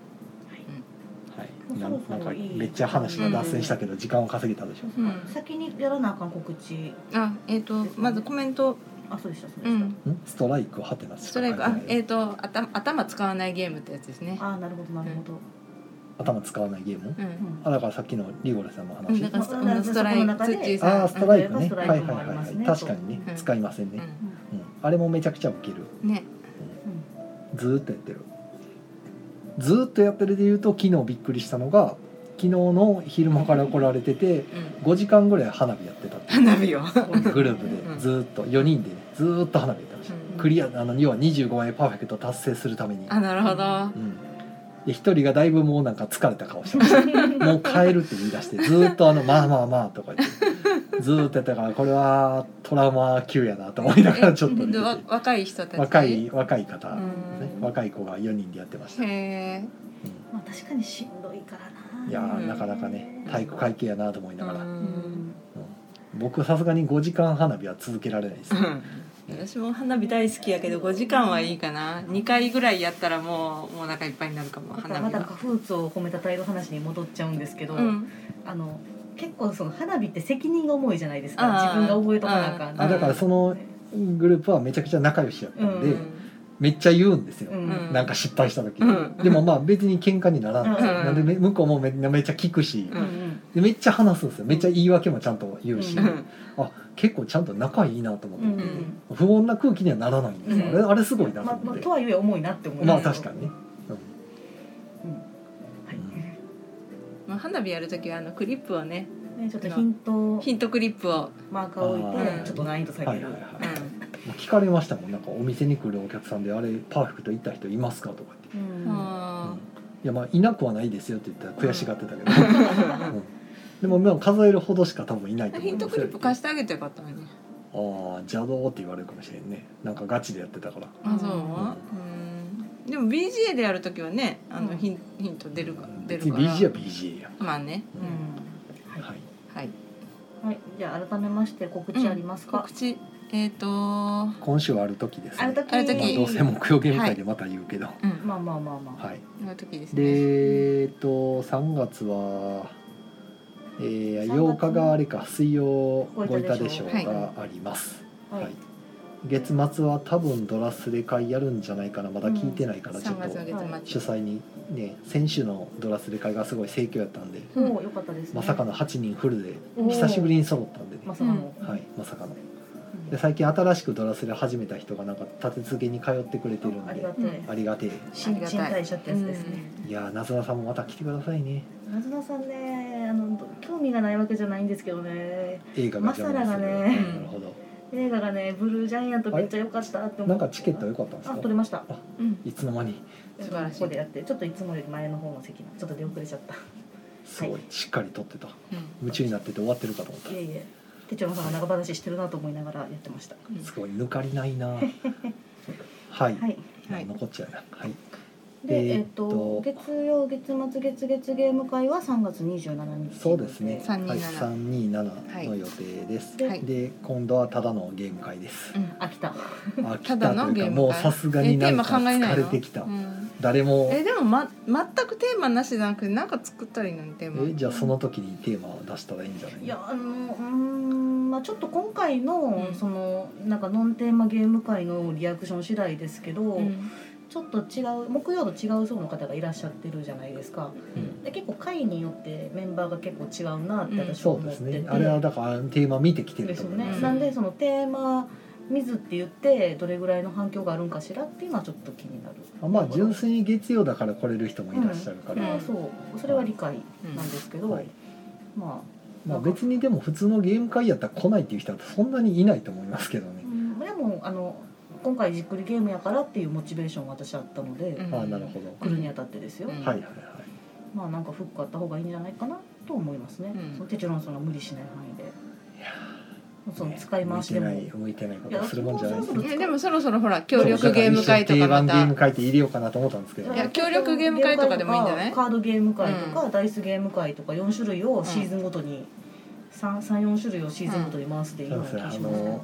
はいなもうそろそろなんかいいめっちゃ話が脱線したけど時間を稼げたでしょ、うん先にやらなあかん告知あえっ、とまずコメント、あそうでしたそうでうした、ん、んストライクはてなしスかト書ラいイてクないあえっ、と頭頭使わないゲームってやつですね。ああなるほどなるほど、頭使わないゲーム、うんうんあだからさっきのリゴラさんのう話、ん、だからスまああのストラそこのイク、中ツでッチーあさあーストライクねストライはいクはいはもあいりはますいね確かにね、うん使いませんん、うね、んうんあれもめちゃくちゃウケるね、うんずーっとやってるずーっとやってるでいうと昨日びっくりしたのが昨日の昼間から来られててうん、 5時間ぐらい花火やってたっていう花火を、うん、グループでずーっと4人でねずーっと花火やってましたクリアあの要は25枚パーフェクト達成するために、あなるほど、うん、で一人がだいぶもうなんか疲れた顔してましたもう帰るって言い出してずーっとあの「まあまあまあ」とか言ってずーっとやったからこれはトラウマ級やなと思いなが らちょっと見てでてわ若い人たち、若、い若い方、うねん、若い子が4人でやってました、へえ、 まあ確かにしんどいからないやーうん、なかなかね体育会系やなと思いうながら、うんん僕さすがに5時間花火は続けられないです、うん私も花火大好きやけど5時間はいいかな2回ぐらいやったらもうもうお腹いっぱいになるかもま花た火または花粉を褒めたたえる話に戻っちゃうんですけど、うんあの結構その花火って責任が重いじゃないですかあー自分が覚えとかなあかんあだからそのグループはめちゃくちゃ仲良しやったんで、うめっちゃ言うんですよ、うんうんなんか失敗した時、うんでもまあ別に喧嘩にならんですよ、うんなんでめ向こうもめめっちゃ聞くしうんうんでめっちゃ話すんですよめっちゃ言い訳もちゃんと言うし、うあ結構ちゃんと仲いいなと思うんうって、ん不穏な空気にはならないんですよ、うんあれあれすごいなとまあま思あって、とはいえ重いなって思いまあす確かにね、うんはいまあ花火やるときはあのクリップをねねちょっとヒントヒントクリップを、マーカーを置いうんてちょっと難易度下はげいるはいはい、うまんあ聞かれましたもんなんかお店に来るお客さんであれパーフェクト行った人いますかとかってうんあいやまあいなくはないですよって言ったら悔しがってたけど、うんでもまあ数えるほどしか多分いないとー思ヒいンまトすクリップ貸してあげてよかったのにああ邪道って言われるかもしれんねなんかガチでやってたからあそううんでも BGA でやるときはねあうのんヒンヒント出るか出別にるから BG は BGA や、まあねううんんはいはい、はいはい、じゃあ改めまして告知ありますか告。知えっ、と今週はある時ですね時ある時まあ、どうせ木曜ゲーム会でまた言うけど、はいうんままあまあまあまあ。あの時ですねでえっと3月は、えー、8 3月日があれか水曜ごいたでしょうはいがあります、はい。はい月末は多分ドラスレ会やるんじゃないかなまだ聞いてないからちょっ3と月の月主末催にね先週のドラスレ会がすごい盛況やったんでうんもう良かったです、ね。まさかの8人フルでおー久しぶりに揃ったんでねまさかの。はい、まさかのうんで最近新しくドラスレ始めた人がなんか立て続けに通ってくれてるんありでがたい。ありがてえ新ありが陳たい代謝ってやつですね。いやーなずなさんもまた来てくださいねなずなさんね、あの興味がないわけじゃないんですけどね。映画が邪魔マサラがねですなるほど映画がね、ブルージャイアントめっちゃ良かったって思って。なんかチケット良かったんですあ、か取れました。うんいつの間に素晴らしいここでやって、ちょっといつもより前の方の席な、ちょっと出遅れちゃった。すごいしっかり撮ってたうん夢中になってて終わってるかと思ったいえいえ。手帳のさんが長話してるなと思いながらやってました。うんすごい抜かりないなはいはい。はい残っちゃうなはいで、ええーっ、っとと月曜月末月月ゲーム会は3月27日そうですね327はい327の予定ですはいで今度はただのゲーム会ですうんあ来たあ来たただとのいゲうーかム会もうさすがえにテなーんマか考え疲ないのれてきたうん誰もえでも、ま、全くテーマなしじゃなくてなんか作ったらいいのにテーマえじゃあその時にテーマを出したらいいんじゃないいやあのうーんまあちょっと今回の、うんそのなんかノンテーマゲーム会のリアクション次第ですけど、うんちょっと違う木曜と違う層の方がいらっしゃってるじゃないですかうんで結構会によってメンバーが結構違うなって私はそう思でってすて、ねあれはだからテーマ見てきてるですとよ思いね、ます、うんなんでそのテーマ見ずって言ってどれぐらいの反響があるんかしらっていうのはちょっと気になるあまあ純粋に月曜だから来れる人もいらっしゃるかまら、あそうそれは理解なんですけど、はいままあ、別にでも普通のゲーム会やったら来ないっていう人はそんなにいないと思いますけどあ、ねう、ん、でもあの今回じっくりゲームやからっていうモチベーションが私あったので、うんああなるほど、来るにあたってですよ、うんはいはいはいまあなんかフックあった方がいいんじゃないかなと思いますね、うんそのテチロンさんが無理しない範囲でいやそのね使い回しでも、向いてない向いてないことするもんじゃないですいやねえでもそろそろほら協力ゲーム会と定か番まゲームた会って入れようかなと思ったんですけど、いや協力ゲーム会とかでもいいんじゃないカードゲーム会とか、ダイスゲーム会とか4種類をシーズンごとに、三三34種類をシーズンごとに回すでいいような気がしますけどね、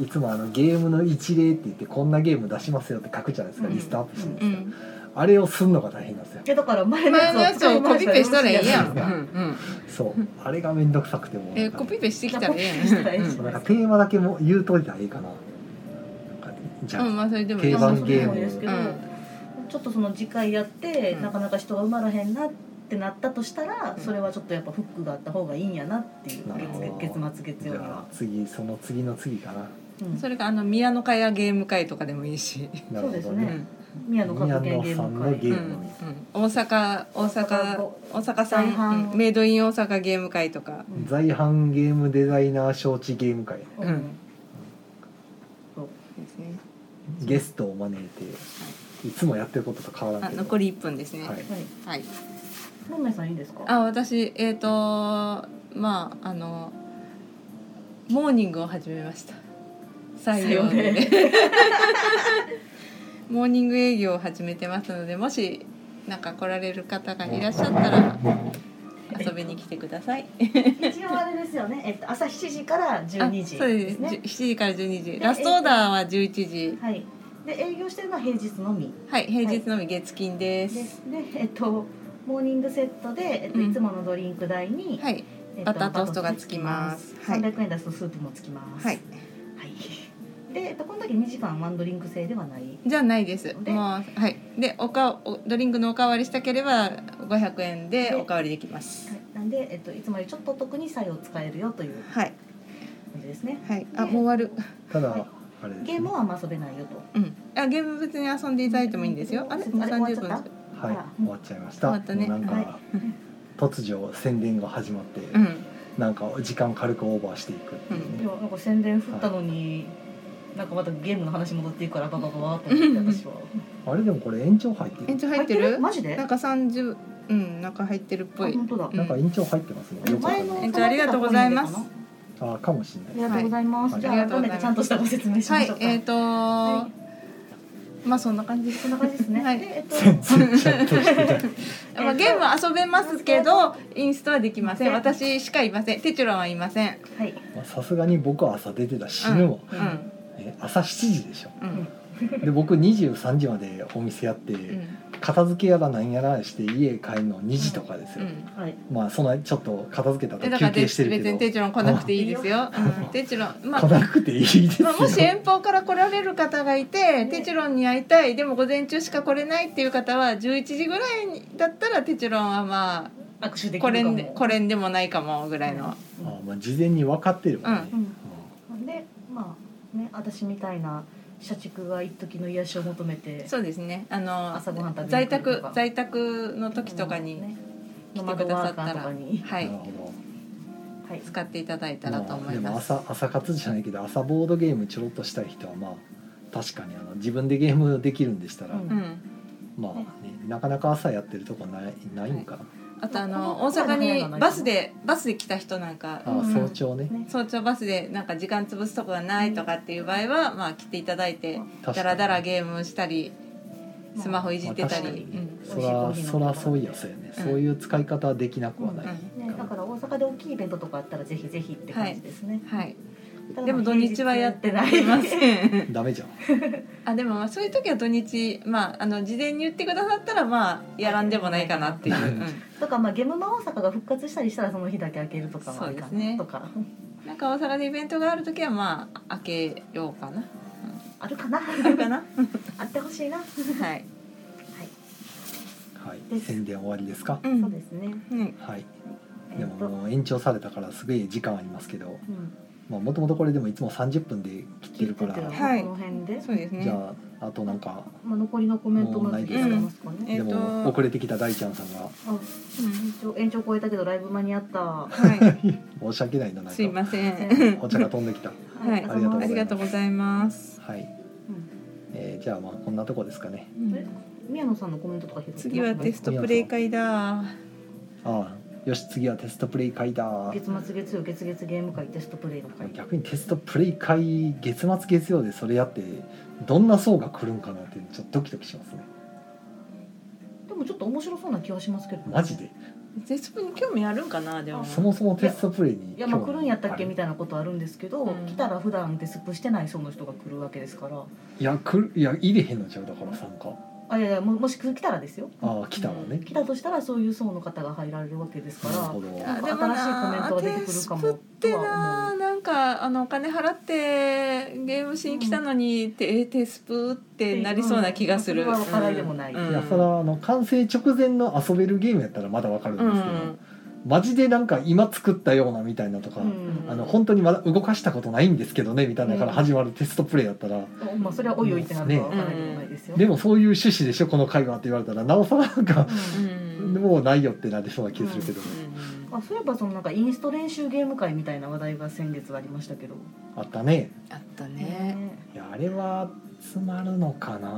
いつもあのゲームの一例って言ってこんなゲーム出しますよって書くじゃないですか、うんリストアップしてるんでうすか、んあれをすんのが大変なんですよいやだから前の前のややつつををコピペしたらいいやん、ううんんそうあれがめんどくさくてもうえなんかコピペしていきやたらいい やコピペしたらいいんじなゃんなかいテーマだけも言うといたらいいかななんかねじゃあ、うんまあそれでもいい定や番んゲームですけど、ちょっとその次回やって、うんなかなか人が埋まらへんなってなったとしたら、うんそれはちょっとやっぱフックがあった方がいいんやなっていうなるほど月月末月じ曜ゃにはあ、次その次の次かなうんそれかあの宮野会やゲーム会とかでもいいし、なるそうでほすどうねねん宮野格言ゲ宮野さーんムのゲ会うーんうムん、大阪大阪大阪さ大阪ん、うんメイドイン大阪ゲーム会とか、うん在阪ゲームデザイナー招致ゲーム会うんうんゲストを招いていつもやってることと変わらあんけど残り1分ですね。ははいい。はいロンメイさんいいですかあ私えっ、とまああのモーニングを始めました。採用採用で。モーニング営業を始めてますのでもしなんか来られる方がいらっしゃったら遊びびに来てください。一応あれですよね。えっと朝7時からあ12時そうでですすね。 7時から12時ラストオーダーは11時はい。で営業してるのは平日のみはい平日のみ月金でですす。でえっとモーニングセットでえっとうんいつものドリンク代にはいえっとバタートーストがつきますバタートーストがつきます300円出すとスープもつきます。はいはい。でえっとこの時2時間ワンドリンク制ではない。じゃないですでもうはいでおかおドリンクのおかわりしたければ500円ででおかわりできますはいなんでえっといつもよりちょっとお得に作用使えるよというはい感じですね。はいあもう終わるただ、はいあれです、ね、ゲームはあんま遊べないよと。うんあゲーム別に遊んでいただいてもいいんですよあれもうあれ30分終わっちゃっはいあ終わっちゃいました終わったねもうなんか、は突如宣伝が始まって、うんなんか時間軽くオーバーしていくっていうでね、もなんか宣伝振ったのに、なんかまたゲームの話戻っていくからババババと思って私はあれでもこれ延長入ってる延長入ってるマジでなあんか30うん中入ってるっぽい本当だ、んなんか延長入ってますね、よくわか前んなのい延長ありがとうございますああーかもしれないりが とうございます、はいじゃあ改めてちゃんとしたご説明しまはしいょうか、えっとはまあそんな感じですそんな感じですね、はいでえっと全然ちゃんとしてない まあ、ゲームは遊べますけどインストはできません私しかいませんテチュロンはいませんはいまあさすがに僕は朝出てたし死ぬわ、うんえ朝7時でしょうんで僕23時までお店やって、うん片付けやらなんやらして家帰るの2時とかですうよ、んはいまあそのちょっと片付けたえとだから休で憩して別るけにどテチュロン来なくていいですよ、うんうんテチュロン まあ来なくていいですよ、まあ、もし遠方から来られる方がいて、テチュロンに会いたいでも午前中しか来れないっていう方は11時ぐらいにだったらテチュロンはま握手あできこれるかんもでこれんでもないかもぐらいの、あーまあ事前に分かってるわね、うんうんうんでまあね私みたいな社畜が一時の癒しを求めてそうですねあの朝ごはん食べに在行くと宅か在宅の時とかに、ね来ノてマくドださワっーカたーとらかにはないるほはい使っていただいたどらと思います。まあでも朝朝活じゃないけど朝ボードゲームちょろっとしたい人はまあ確かにあの自分でゲームできるんでしたら、うんうん、まあ、ね、なかなか朝やってるとこないないんかな、あとあのま大あこの阪前の話にバスでバスで来た人なんかあうんー早朝ね、ね早朝バスでなんか時間潰すとこがないとかっていう場合は、まあ来ていただいて確かダにラダラゲームしたりスマホいじってたまあり、確かにうんそら美味しいコーヒー飲んでそらそういやそうやね、うんそういう使い方はできなくはない、うね、だから大阪で大きいイベントとかあったらぜひぜひって感じですね、ん、はい。ただでも土日はやってない平日やまってないせん。ダメじゃん あでもまあそういう時は土日まああの事前に言ってくださったらまあやらんでもないかなっていう。うとかまあゲムマ大阪が復活したりしたらその日だけ開けるとかもありかそうですなねとか、ん、なんか大阪でイベントがある時はまあ開けようかな。 あるかな あるかな。あってほしいな、はい。はいです宣伝終わりですか、うんそうですねうん。はいえでっとももう延長されたからすげえ時間ありますけどうんもともとこれでもいつも30分で切って切っるかてらてもはこの辺で、そうですね。じゃああとなんかまあ、残りのコメントまずいただけますかえね、っでとも遅れてきた大ちゃんさんがあうん延長延長超えたけどライブ間に合った、はは申し訳ないななんかい。すいま せん。お茶が飛んできたはありいがとうございまあすりがとうございます。はい、うんえーじゃあまあこんなとこですかねうん宮野さんのコメントとか拾って次はテストプレイ会だ。ああよし次はテストプレイ会だ月末月曜月月ゲーム会テストプレイの会逆にテストプレイ会月末月曜でそれやってどんな層が来るんかなっていうのちょっとドキドキしますねでもちょっと面白そうな気はしますけどねマジでテストプレイ興味あるんかなでも。そもそもテストプレイにいやまあ来るんやったっけ興味みたいなことあるんですけど、うん来たら普段デスプしてない層の人が来るわけですからいや来るいや入れへんのちゃうだから参加あいやいやももし来たらですよああ来たわね来たとしたらそういう層の方が入られるわけですかならるほどあなんか新しいコメントが出てくるかもとは思うテスプってななんかあのお金払ってゲームしに来たのに、てえテスプってなりそうな気がする、うんそれは分からんでもないいやそれはあの完成直前の遊べるゲームやったらまだわかるんですけど、マジでなんか今作ったようなみたいなとか、うんあの本当にまだ動かしたことないんですけどねみたいなから始まるテストプレイやったら、まあそれはおいおいってなるかわからないでもないですよ、でもそういう趣旨でしょこの会話って言われたらなおさらなんか、うんううんうんもうないよってなりそうな気がするけど、んあそういえばそのなんかインスト練習ゲーム会みたいな話題が先月ありましたけどあったねあったねいやあれは詰まるのかな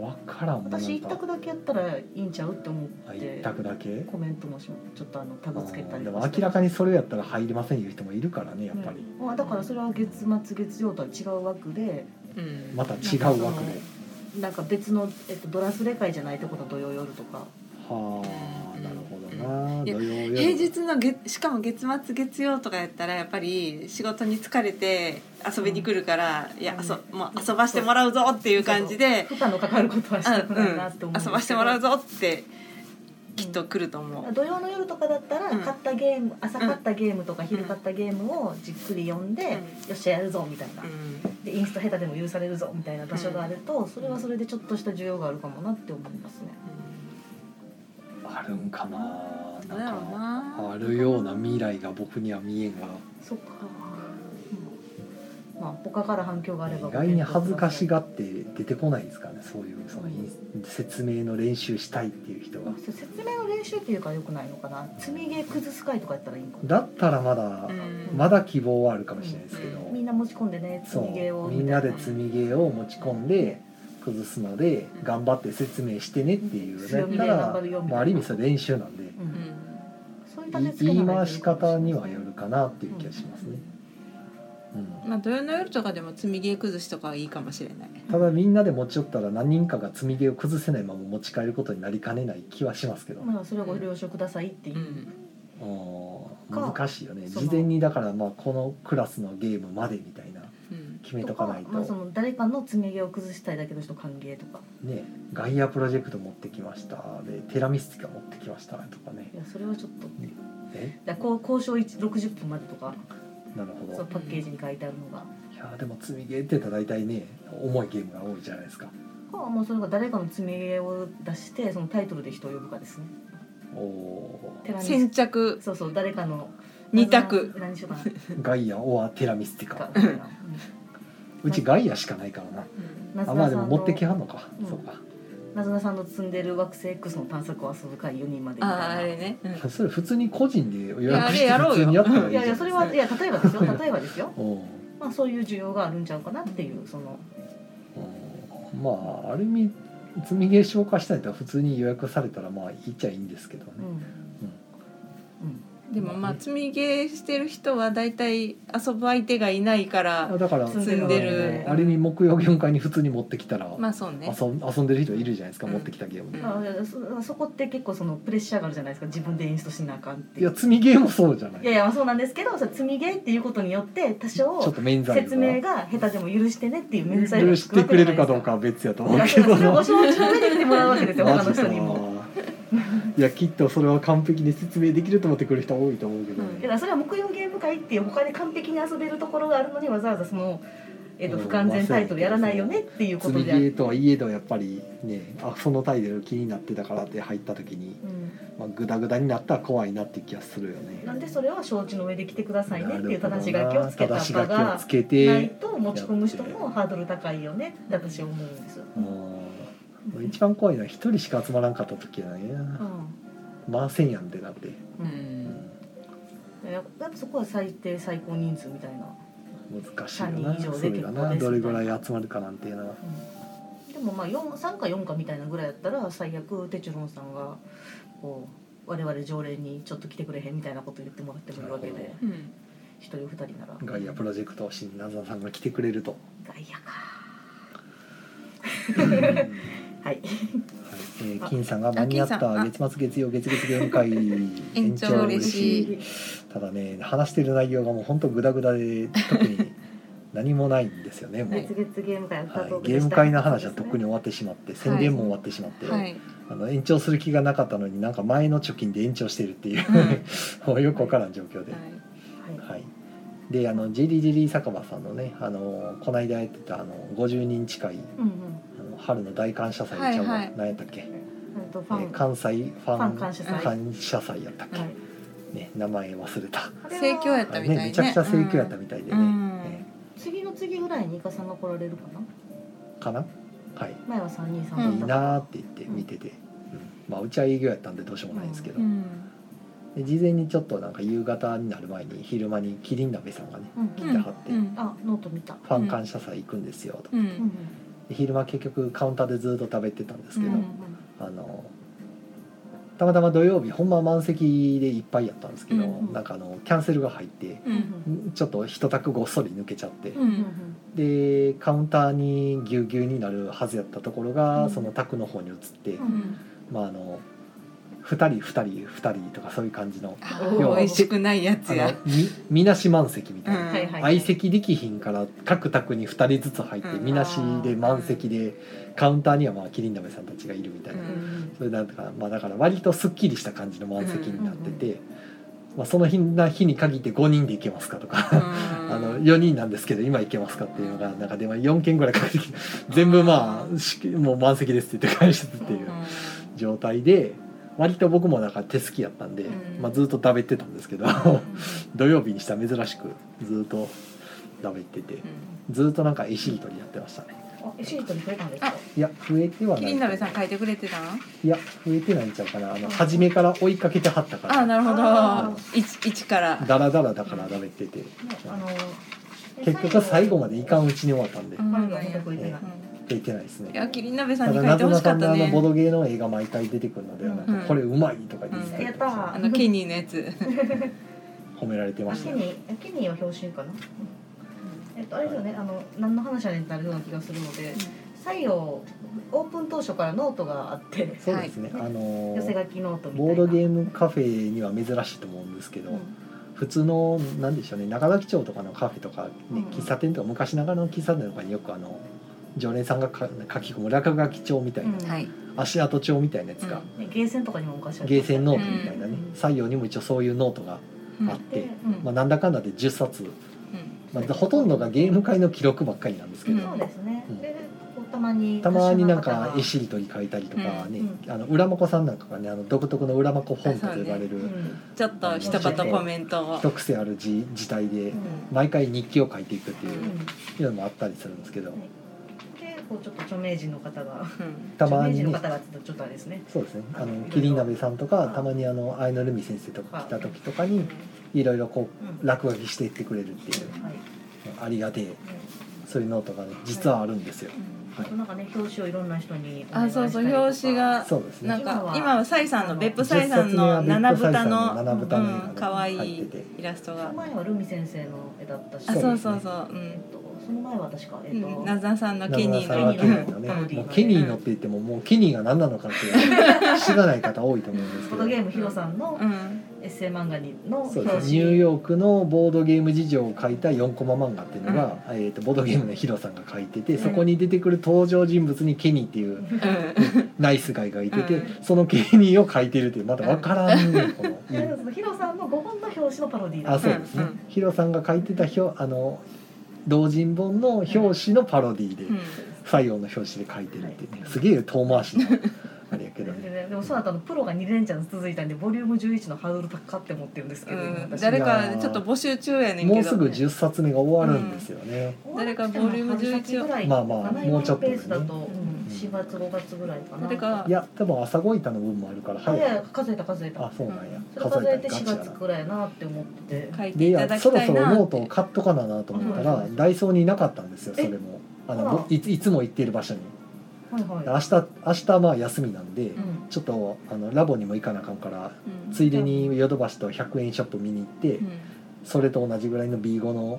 わからんもんなんか私一択だけやったらいいんちゃうって思っあて一択だけコメントもしちょっとあのタグつけたあーりでともか明らかにそれやったら入りませんいう人もいるからねやっぱり、うんまあ、だからそれは月末月曜とは違う枠でうんまた違う枠でなんか別の、えっと、ドラスレ会じゃないとこと土曜夜とかはあなるほどな、な土いや曜夜平日の月しかも月末月曜とかやったらやっぱり仕事に疲れて遊びに来るから、いやうん遊もう遊ばしてもらうぞっていう感じで、負荷のかかることはしうんたくうないんなって思うんです遊けどばしてもらうぞってきっと来ると思う、土曜の夜とかだったら、うん買ったゲーム朝買ったゲームとか昼買ったゲームをじっくり読んで、よっしゃやるぞみたいな、うでインスタ下手でも許されるぞみたいな場所があると、それはそれでちょっとした需要があるかもなって思いますね。あるんかなどうなやろんうかなあるような未来が僕には見えんがそっか、うんまあ他から反響があれば意外に恥ずかしががって出てこないですかねそういうその説明の練習したいっていう人が説明の練習っていうかよくないのかな積み毛崩す会とかやったらいいんかなだったらまだうんまだ希望はあるかもしれないですけどみんな持ち込んでね積そみ毛をうみんなで積みゲーを持ち込んで崩すのでうん頑張って説明してねっていう強みだでった頑張らるよみまあたあるい意な味それ練習なんでううんんそういうい種付言けいなら回いいしかも方れないにはよるかなっていう気がしますね。うんまあ土曜の夜とかでも積み毛崩しとかはいいかもしれないただみんなで持ち寄ったら何人かが積み毛を崩せないまま持ち帰ることになりかねない気はしますけど、まあそれをご了承くださいっていううんうんか難しいよねそ事の前にだからまあこのクラスのゲームまでみたいなうん決めとかないとまあ、その誰かの積み毛を崩したいだけの人歓迎とかねガイアプロジェクト持ってきましたでテラミスティカ持ってきましたとかねいやそれはちょっとえだこう交渉一60分までとかなるほそどうパッケージに書いてあるのが、いやでも積みゲーって言ったら大体ね重いゲームが多いじゃないですかまあもうそれが誰かの積み毛を出してそのタイトルで人を呼ぶかですねおおーテラミ先着そうそう誰かの二択何しようか ガイアオアテラミスティなかカ みたいなうちガイアしかないからなうんあまあでも持ってきなはんのか、うんそうか ずなさんの積んでる惑星 X の探索を遊ぶ会4人までみたいあなああれね、うんそれ普通に個人で予約しいてやあれやろ普う通よにやったらいいじゃないいやいでやすかそれは、いや例えばですよ例えばですよおおまあそういう需要があるんちゃうかなっていうそのまあある意味積みゲー消化したいと普通に予約されたらまあいいっちゃいいんですけどね、うんうんでもまあ積み毛してる人は大体遊ぶ相手がいないからあだから積積んでるあのある意味木曜業界に普通に持ってきたら、まあそうね遊ん遊んでる人いるじゃないですか、うん持ってきたゲームで、うんあいやそそこって結構そのプレッシャーがあるじゃないですか自分でインストしなあかんっていいやう積みゲーもそうじゃないいやいやまあそうなんですけどそれ積みゲーっていうことによって多ちょっ少と免罪説明がが下手でも許してねっていう免罪許してくれるかどうかは別やと思うけどそれをご承知の上で来てもらうわけですよマ他のジ人かにも。 いやきっとそれは完璧に説明できると思ってくる人は多いと思うけど、うんだからそれは木曜ゲーム会っていう他で完璧に遊べるところがあるのにわざわざその、えっとうん不完全タイトルやらないよねっていうこ積とみでゲある。ーとはいえどやっぱりねあそのタイトル気になってたからって入った時に、うんまあ、グダグダになったら怖いなって気がするよね。なんでそれは承知の上で来てくださいねっていうなるほ正しど書なきをつけた正し場書きをがつけないてと持ち込む人もハードル高いよねって私は思うんです。うん一番怖いのは一人しか集まらんかった時やね、うん回せんやんってなって、うんやっぱそこは最低最高人数みたいな。難しいよな三人以上それで結が構なですどれぐらい集まるかなんていうなでもまあ4 3か4かみたいなぐらいやったら最悪テチュロンさんがこう我々常連にちょっと来てくれへんみたいなこと言ってもらってもいいわけなるでほうん1人2人ならガイアプロジェクトを新名沢さんが来てくれると。ガイアかはいはいえー金さんが間に合ったあ月末月曜月月限界延長嬉しいただね話してる内容がもう本当グダグダで特に何もないんですよねもう、月月ゲーム会アフタはートーい、クでゲーしムた会の話はとっくにそう終わってしまって宣伝も終わってしまって、はいあの延長する気がなかったのになんか前の貯金で延長してるっていう、 もうよくわからん状況で。ははいですねはいであのジェリージェリー酒場さんのねあのこの間やってたあの50人近いうんあの春の大感謝祭ちゃうわ、はいはい何やったっけ、うんえっとフえァン、ー関西フファァンン感謝祭感謝祭やったっけ、はいね、名前忘れたあれは盛況やったあみたいねねめちゃくちゃ盛況やったみたいでね、うんえ次の次ぐらいにイカさんが来られるーかかななはい前は3人さうんいいんだったなーって言って見てて、うんまあうちは営業やったんでどうしようもないんですけど、うんで事前にちょっとなんか夕方になる前に昼間にキリン鍋さんがねうん来うてんはって、うんあノート見たファン感謝祭行くんですよと、ううんうんんで昼間結局カウンターでずっと食べてたんですけうど、んうあのたまたま土曜日ほんまは満席でいっぱいやったんですけど、うんうんなんかあのキャンセルが入ってううんんちょっと一択ごっそり抜けちゃって、ううんうんんでカウンターにぎゅうぎゅうになるはずやったところが、うんその卓の方に移って、ううんんまああの2人2人2人とかそういう感じのあ要ーは美味しくないやあつのやみみなし満席みたいな。うんはいはいはい相席力品から各宅に2人ずつ入ってうんみなしで満席でカウンターにはまあキリンダメさんたちがいるみたいな、うんそれなんとかまあだから割とすっきりした感じの満席になってて、まあ、その日な日に限って5人で行けますかとか、あの4人なんですけど今行けますかっていうのがなんかでも4件ぐらいかかってきて全部まあしもう満席ですって言って返してっていう状態で割と僕もなんか手すきやったんで、うんまあ、ずっと食べてたんですけど土曜日にしたら珍しくずっと食べてて。ずっとなんか絵しりとりやってましたねあえシートに増えたんですかいや増えてはないキリン鍋さん書いてくれてたんいや増えてないんちゃうかなあの初めから追いかけてはったかあーらなるあほど一一からダラダラだから食べててあの結局最後までいかんうちに終わったんでうんまだ全く増えてない出てないですいねやキリン鍋さたんにだ書いなてぞほなしかさっんたのあのボねドゲーの絵が毎回出てくるのではなんかうんこれうまいとか言ってたやっりたとかあーのケニーのやつ褒められてまあしたケよニーケニーは標準かなえっとあれですよねあの何の話やねんってなるような気がするので採用オープン当初からノートがあってそうですねあはいの寄せー書きノートみたいなボードゲームカフェには珍しいと思うんですけど、普通のなんでしょうね中崎町とかのカフェとか、ねうん喫茶店とか昔ながらの喫茶店とかによくあの常連さんがか書き込む落書き帳みたいな、うんはい足跡帳みたいなやつが、ねゲーセンとかにも昔あったゲーセンノートみたいなね、うん採用にも一応そういうノートがあって、でまあ、なんだかんだで10冊、うんまあ、ほとんどがゲーム会の記録ばっかりなんですけど、うんそうですね、うんでこうたまにたまになんか絵雑誌しりとり書いたりとかね、うんあの裏まこさんなんかがねあの独特の裏まこフォントと呼ばれる、の方がちょっと一言コメントを一癖ある字字体でうん毎回日記を書いていくっていううね,、んでいうのもあったりするんですけど。こうちょっと著名人の方がうんたまに著名人のね方がって言うとちょっとあれですねそうですねあのキリン鍋さんとかたまにあの綾野ルミ先生とか来た時とかにいろいろこううん落書きしていってくれるっていうはい、ありがてえそういうノートがね実はあるんですよはいうん、なんかね表紙をいろんな人にお願あいしたそりうとそかう表紙がそうですなんねか今はサイさんの別府サイさんの七豚のうん可愛いイラストそのが前はルミ先生の絵だったしあそそううですそねうそううえんっと、その前は確かえっと、うんなずなさんのケケニニーーののケニーの中村さんはねうんもうケニーのって言ってももうケニーが何なのかっていう知らない方多いと思うんですけボードどゲームヒロさんのうんエッセイ漫画にのそ表うです紙ねニューヨークのボードゲーム事情を書いた4コマ漫画っていうのが、えー、とボードゲームのヒロさんが書いててそこに出てくる登場人物にケニーっていううんナイスガイがいてて、うそのケニーを書いてるっていうまだ分からんねこの、いやでもそのヒロさんの5本の表紙のパロディーだあそうですね、うんうんヒロさんが書いてたひょあの同人本の表紙のパロディーで、うん西洋の表紙で書いてるっていうねすげえ遠回しなあれやけどねでもその後のプロが2連チャン続いたんでボリューム11のハードル高って持ってるんですけど、うん私誰かちょっと募集中やねんけどもうすぐ10冊目が終わるんですよね、誰かボリューム11をまあまあもうちょっとペでーねスだと、うん、4月5月ぐらいかな誰かいやでも朝ごいたの分もあるからあいやい早やい数えた数えたあそうなんや、それ数えたて4や月なくらいなって思ってて書いてでいいたやだそきろたそいろなノーっトをて買っとかななと思ったら、うんダイソーになかったんですよそれもああらのぼいついつも行ってる場所にはいはい明日明日まあ休みなんで、うんちょっとあのラボにも行かなあかんからうんついでにヨドバシと100円ショップ見に行って、うんそれと同じぐらいの B5 の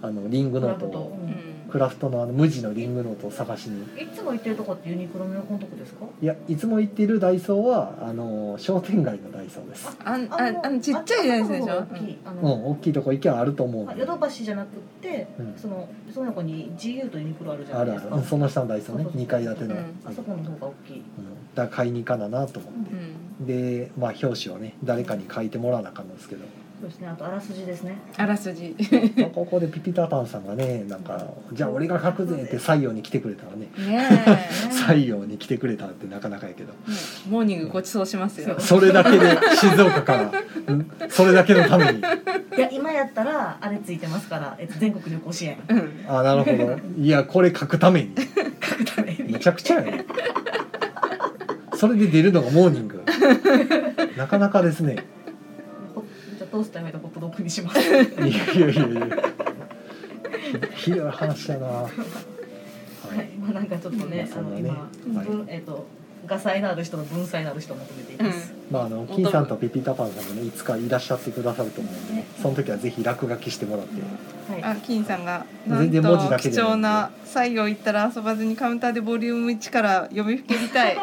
あのリングノートをうんクラフトのあの無地のリングノートを探しにいつも行ってるとこってユニクロの横のとこですかいやいつも行っているダイソーはあの商店街のダイソーですあんああのちっちゃいやつでしあょあそこの方が大きいあうんの大きいとこ行けばあると思うんあでヨドバシじゃなくって、うんそのその横に GU とユニクロあるじゃなあいるですかあるその下のダイソーねそうそうそう2階建ての、うんうんあそこの方が大きいうんだから買いに行かななと思ってう、んでまあ表紙をね誰かに書いてもらわなあかんのです けどそうですねあとあらすじですねあらすじまあここでピピタパンさんがねなんか「じゃあ俺が書くぜ」って採用に来てくれたらねね採用に来てくれたってなかなかやけどえねモーニングごちそうしますよそれだけで静岡からんそれだけのためにいや今やったらあれついてますから、えっと、全国旅行支援うんあなるほどいやこれ書くために書くためにめちゃくちゃやねそれで出るのがモーニングなかなかですねほじゃあトースターやめてホットドッグにしますいやいやいやいやひどい話やな、ははい今なんかちょっとまね、ああそんのなね今、はい分えっと画才のある人の文才のある人を求めています、まああの金さんとピピタパンさんもねいつかいらっしゃってくださると思うんでねその時はぜひ落書きしてもらってはいあ金さんがなん全然文字とだけ貴でも重な採用行ったら遊ばずにカウンターでボリューム1から読みふけりたいはい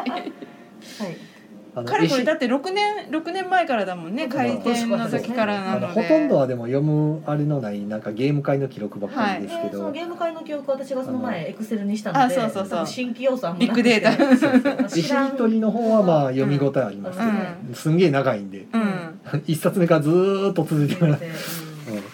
あのかれこ石れだって6年六年前からだもんね開店の時からなあののほでとんどはでも読むあれのないなんかゲーム会の記録ばっかりですけえーそど、のゲーム会の記憶私がそのあの前エクセルにしたのであそうそうそう多分新規要素あんまビッグデータタそうそうでし知らりんとりの方はまあ読み応えありますけど、すんげえ長いんでうん一冊目からずーっと続いてる、うんう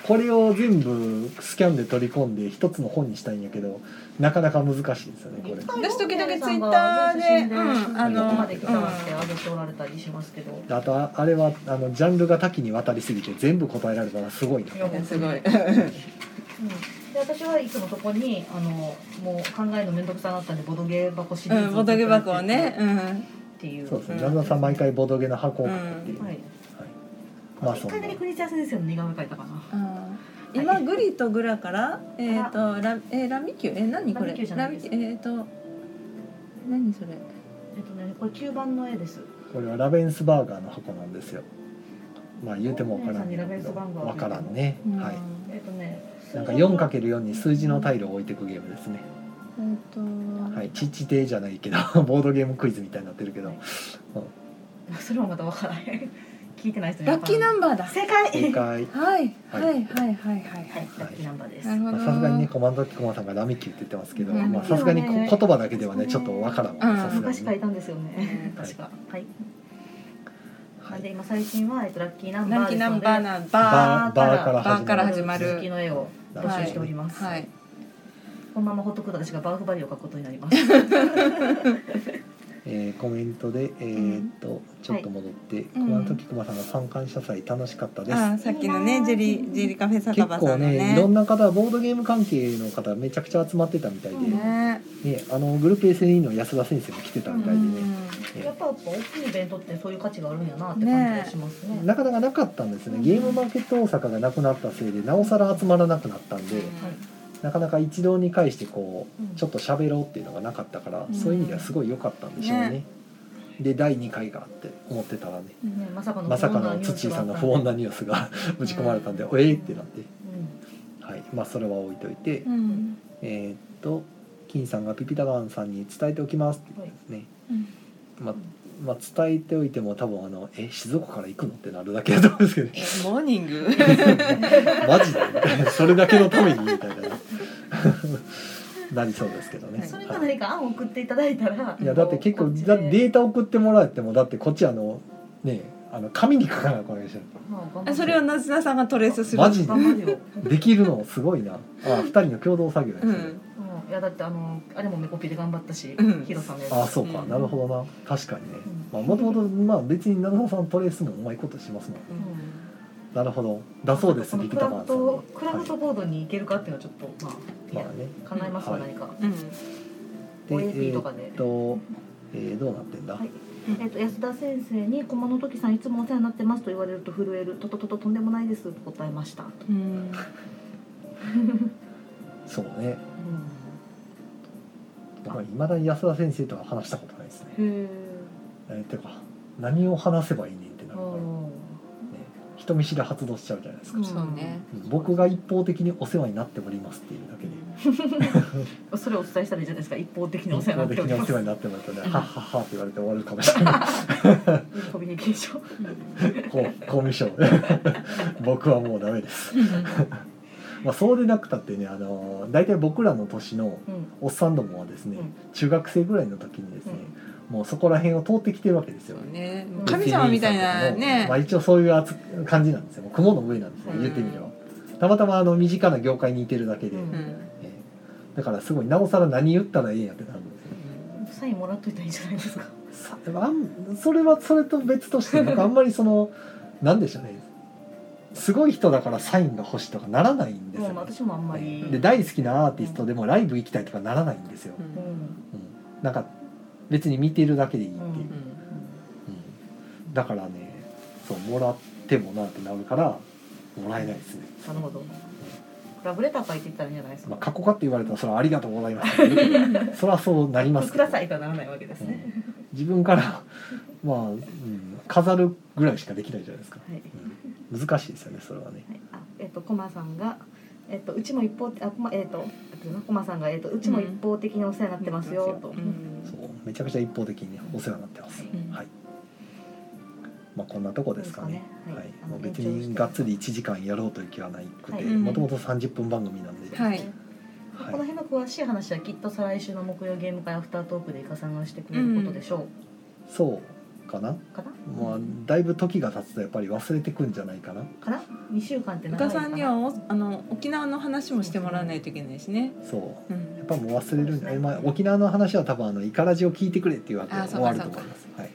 これを全部スキャンで取り込んで一つの本にしたいんやけどなかなか難しいですよねこれん私時々 Twitter でうんあのここまで来たって上げておられたりしますけど、であとはあれはあのジャンルが多岐にわたりすぎて全部答えられたらすごいなうんすごいうんで私はいつもそこにあのもう考えるの面倒くさなったんでボドゲ箱シリうーんズボトゲ箱をねうんっていう、そうですねんジャズさん毎回ボドゲの箱を買っていう、はいまあ一そん回なだけ国枝先生の似顔絵描いたかなうん今グリとグラからえっ、とラえーラミキューえー何これラミキューじゃなラいミでキすューえっ、と何それえっとねこれ九番の絵ですこれはラベンスバーガーの箱なんですよまあ言うてもわからんけラベンスどバーガーわからんね、うんはいえっとねなんか 4×4 にに数字のタイルを置いていくゲームですね。えっ、とはい、チッチテじゃないけど ボードゲームクイズみたいになってるけど、それはまたわからない 聞いてない人にラわッかキーナらないンバーだ正解正解。はいははいいはいはいはいははいいラッキーナンバーです、なるほまあどさすがにね、コマンドキコマさんがラミキューって言ってますけど、うんまあさすがにこね言葉だけではね、ちょっとわからうんんわ。さすが昔に描いね。たんですよねはい確かはい、はいで今最新は、えっと、ラッキーナンバーランでキーすナのンでバーナンバババーーバーからバーから始始まる続きの絵をまる。バー募集しております、ーはいこのままほっとくと私がバーフバリを書くことになりますえーコメントでえーっとちょっと戻って、コマンドキコマさんが参観者祭楽しかったです。あーさっきのねジェリージェリーカフェ酒結場さ構んのねね、いろんな方ボードゲーム関係の方めちゃくちゃ集まってたみたいで、うんねね、あのグループ SNE の安田先生も来てたみたいでね。えーやっぱ大きいイベントってそういう価値があるんやなって感じがしますねなかなかなかったんですねゲームマーケット大阪がなくなったせいでなおさら集まらなくなったんで、なかなか一堂に会してこうんうちょっと喋ろうっていうのがなかったから、うんそういう意味ではすごい良かったんでしょうね。ねで第2回があって思ってたらねうんねまさかのまさかの土井さんの不穏なニュースがぶち込まれたんで「おえーってなって、はいまあ、それは置いといて、うんえーっと金さんがピピタガンさんに伝えておきますって言ってね、うんままあ、伝えておいても多分あの「え静岡から行くの?」ってなるだけだと思うんですけ どねモーニングマジでみたいなそれだけのためにみたいな なりそうですけどね、それかはい何か案を送っていただいたらいやだって結構こちでだデータ送ってもらってもだってこっちあのねあの紙に書かなきゃいけないしまあ頑張ってあそれをなずなさんがトレースするマジ頑張るよ、できるのすごいなあ2人の共同作業ですうね、んうん、いやだってあのあれもメコピで頑張ったし、うんヒロさんのやつああそうか、うんなるほどな確かにねうんまあもともとまあ別に長澤さんトレースもうまいことしますもんうんなるほどだそうですこのビクビタラマンフさんトにクラフトボードに行けるかっていうのはちょっとまあ、いはいやまあね考えますうわん何か、うん OAP えとかでーっと、えーどうなってんだ、はいえっと安田先生に「駒の時さんいつもお世話になってます」と言われると震える「とととととんでもないです」と答えましたと、うんそうねいまだに安田先生とは話したことないですねへええーてか何を話せばいいねんってなるから、ね、お人見知り発動しちゃうじゃないですか、うんそうね僕が一方的にお世話になっておりますっていうだけでーそれをお伝えしたらいいじゃないですか一方的にお一世話方になっ的ておにりお世ます話になってもらったら「はっはっは」って言われて終わるかもしれないコミュニケーションこう 公務省 僕はもうダメです、まあ、そうでなくたってねあの大体僕らの年のうんおっさんどもはですね、うん中学生ぐらいの時にですね、もうそこら辺を通ってきてるわけですそようねうん神様みたいなねまあ、一応そういう扱感じなんですよもう雲の上なんですねうん言ってみればたまたまあの身近な業界にいてるだけで、ううんんえーだからすごいなおさら何言ったらいいんやってなるんですよサインもらっといたらいいんじゃないですかさあんそれはそれと別として僕あんまりその なんでしょうねすごい人だからサインが欲しいとかならないんですもよ、うね私もあんまりで大好きなアーティストでもライブ行きたいとかならないんですよ、ううんんうんなんか別に見てるだけでいいっていう、うんうんうんだからねそうもらってもなってなるからもらえないですね、なるほどラブレター書いていったらいいんじゃないですまかあ、過去化って言われたらそれはありがとうございますって言う けどそれはそうなりますくけどださいとはならないわけですうねん自分からまあ、うん、飾るぐらいしかできないじゃないですか、はいうん難しいですよねそれはねはい、あえっ、とコマさんがえっ、とうちも一方あコマえっ、とコマさんがえっ、とうちも一方的にお世話になってますよ、と、うんそうめちゃくちゃ一方的にねお世話になってます、うんはいまあ、こんなとこですかね。ですかねははいい、もう別にがっつり1時間やろうという気はないくはて、いもともと30分番組なんで。はいでこの辺の詳しい話はきっと再来週の木曜ゲーム会アフタートークでイカさんがしてくれることでしょそうかな。うかな、まあ、だいぶ時が経つと、やっぱり忘れてくんじゃないかな。かな2週間ってう長かいかなさんにはおあの沖縄の話もしてもらわないといけないしね。そう。うやっん。ぱもう忘れるんじゃない、まあ、そうですね沖縄の話は多分あのイカラジを聞いてくれっていうわけであそうか終わると思います。はい。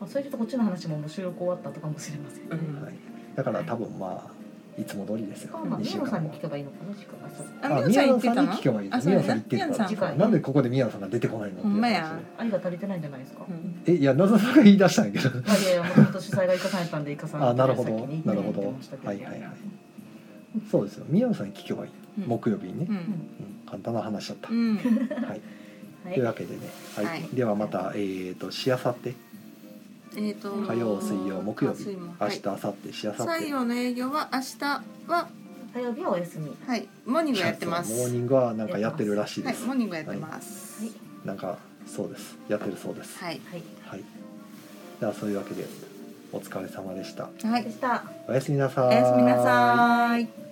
まあそれちょっとこっちの話ももう収録終わったとかもしれません、うねんはい。だから多分まあいつも通りですよ。まあ二宮野さんに後聞けばいいのかな時間がそうあ、みおちゃん言ってた宮野さんにの。聞けばいいであ、すそう宮や野さんにな。言って宮野たんさですんか。かからなんでここで宮野さんが出てこないのってほいうんまや話で愛が足りてないんじゃないですか、うんえいや謎々が言い出したんやけどまあいやいやもともと主催がイカさんやったんでイカさんあなるほど先になるほど言ってましたけどはいはいはいそうですよ宮野さんに聞けばいい、うん木曜日にね、ううんん。簡単な話だった、うん。はい、はいというわけでね、はいはいではまたえー、としあさってえっと。火曜水曜木曜日あ水も明はい日。明後日しあさって採用の営業は明日は火曜日はお休みはいモーニングやってます。モーニングはなんかやってるらしいはでいす、モーニングやってます。なんかそうですやってるそうですはいはいはい、ではそういうわけでお疲れ様でしたはいで。したおやすみなさーおやすみなさーい。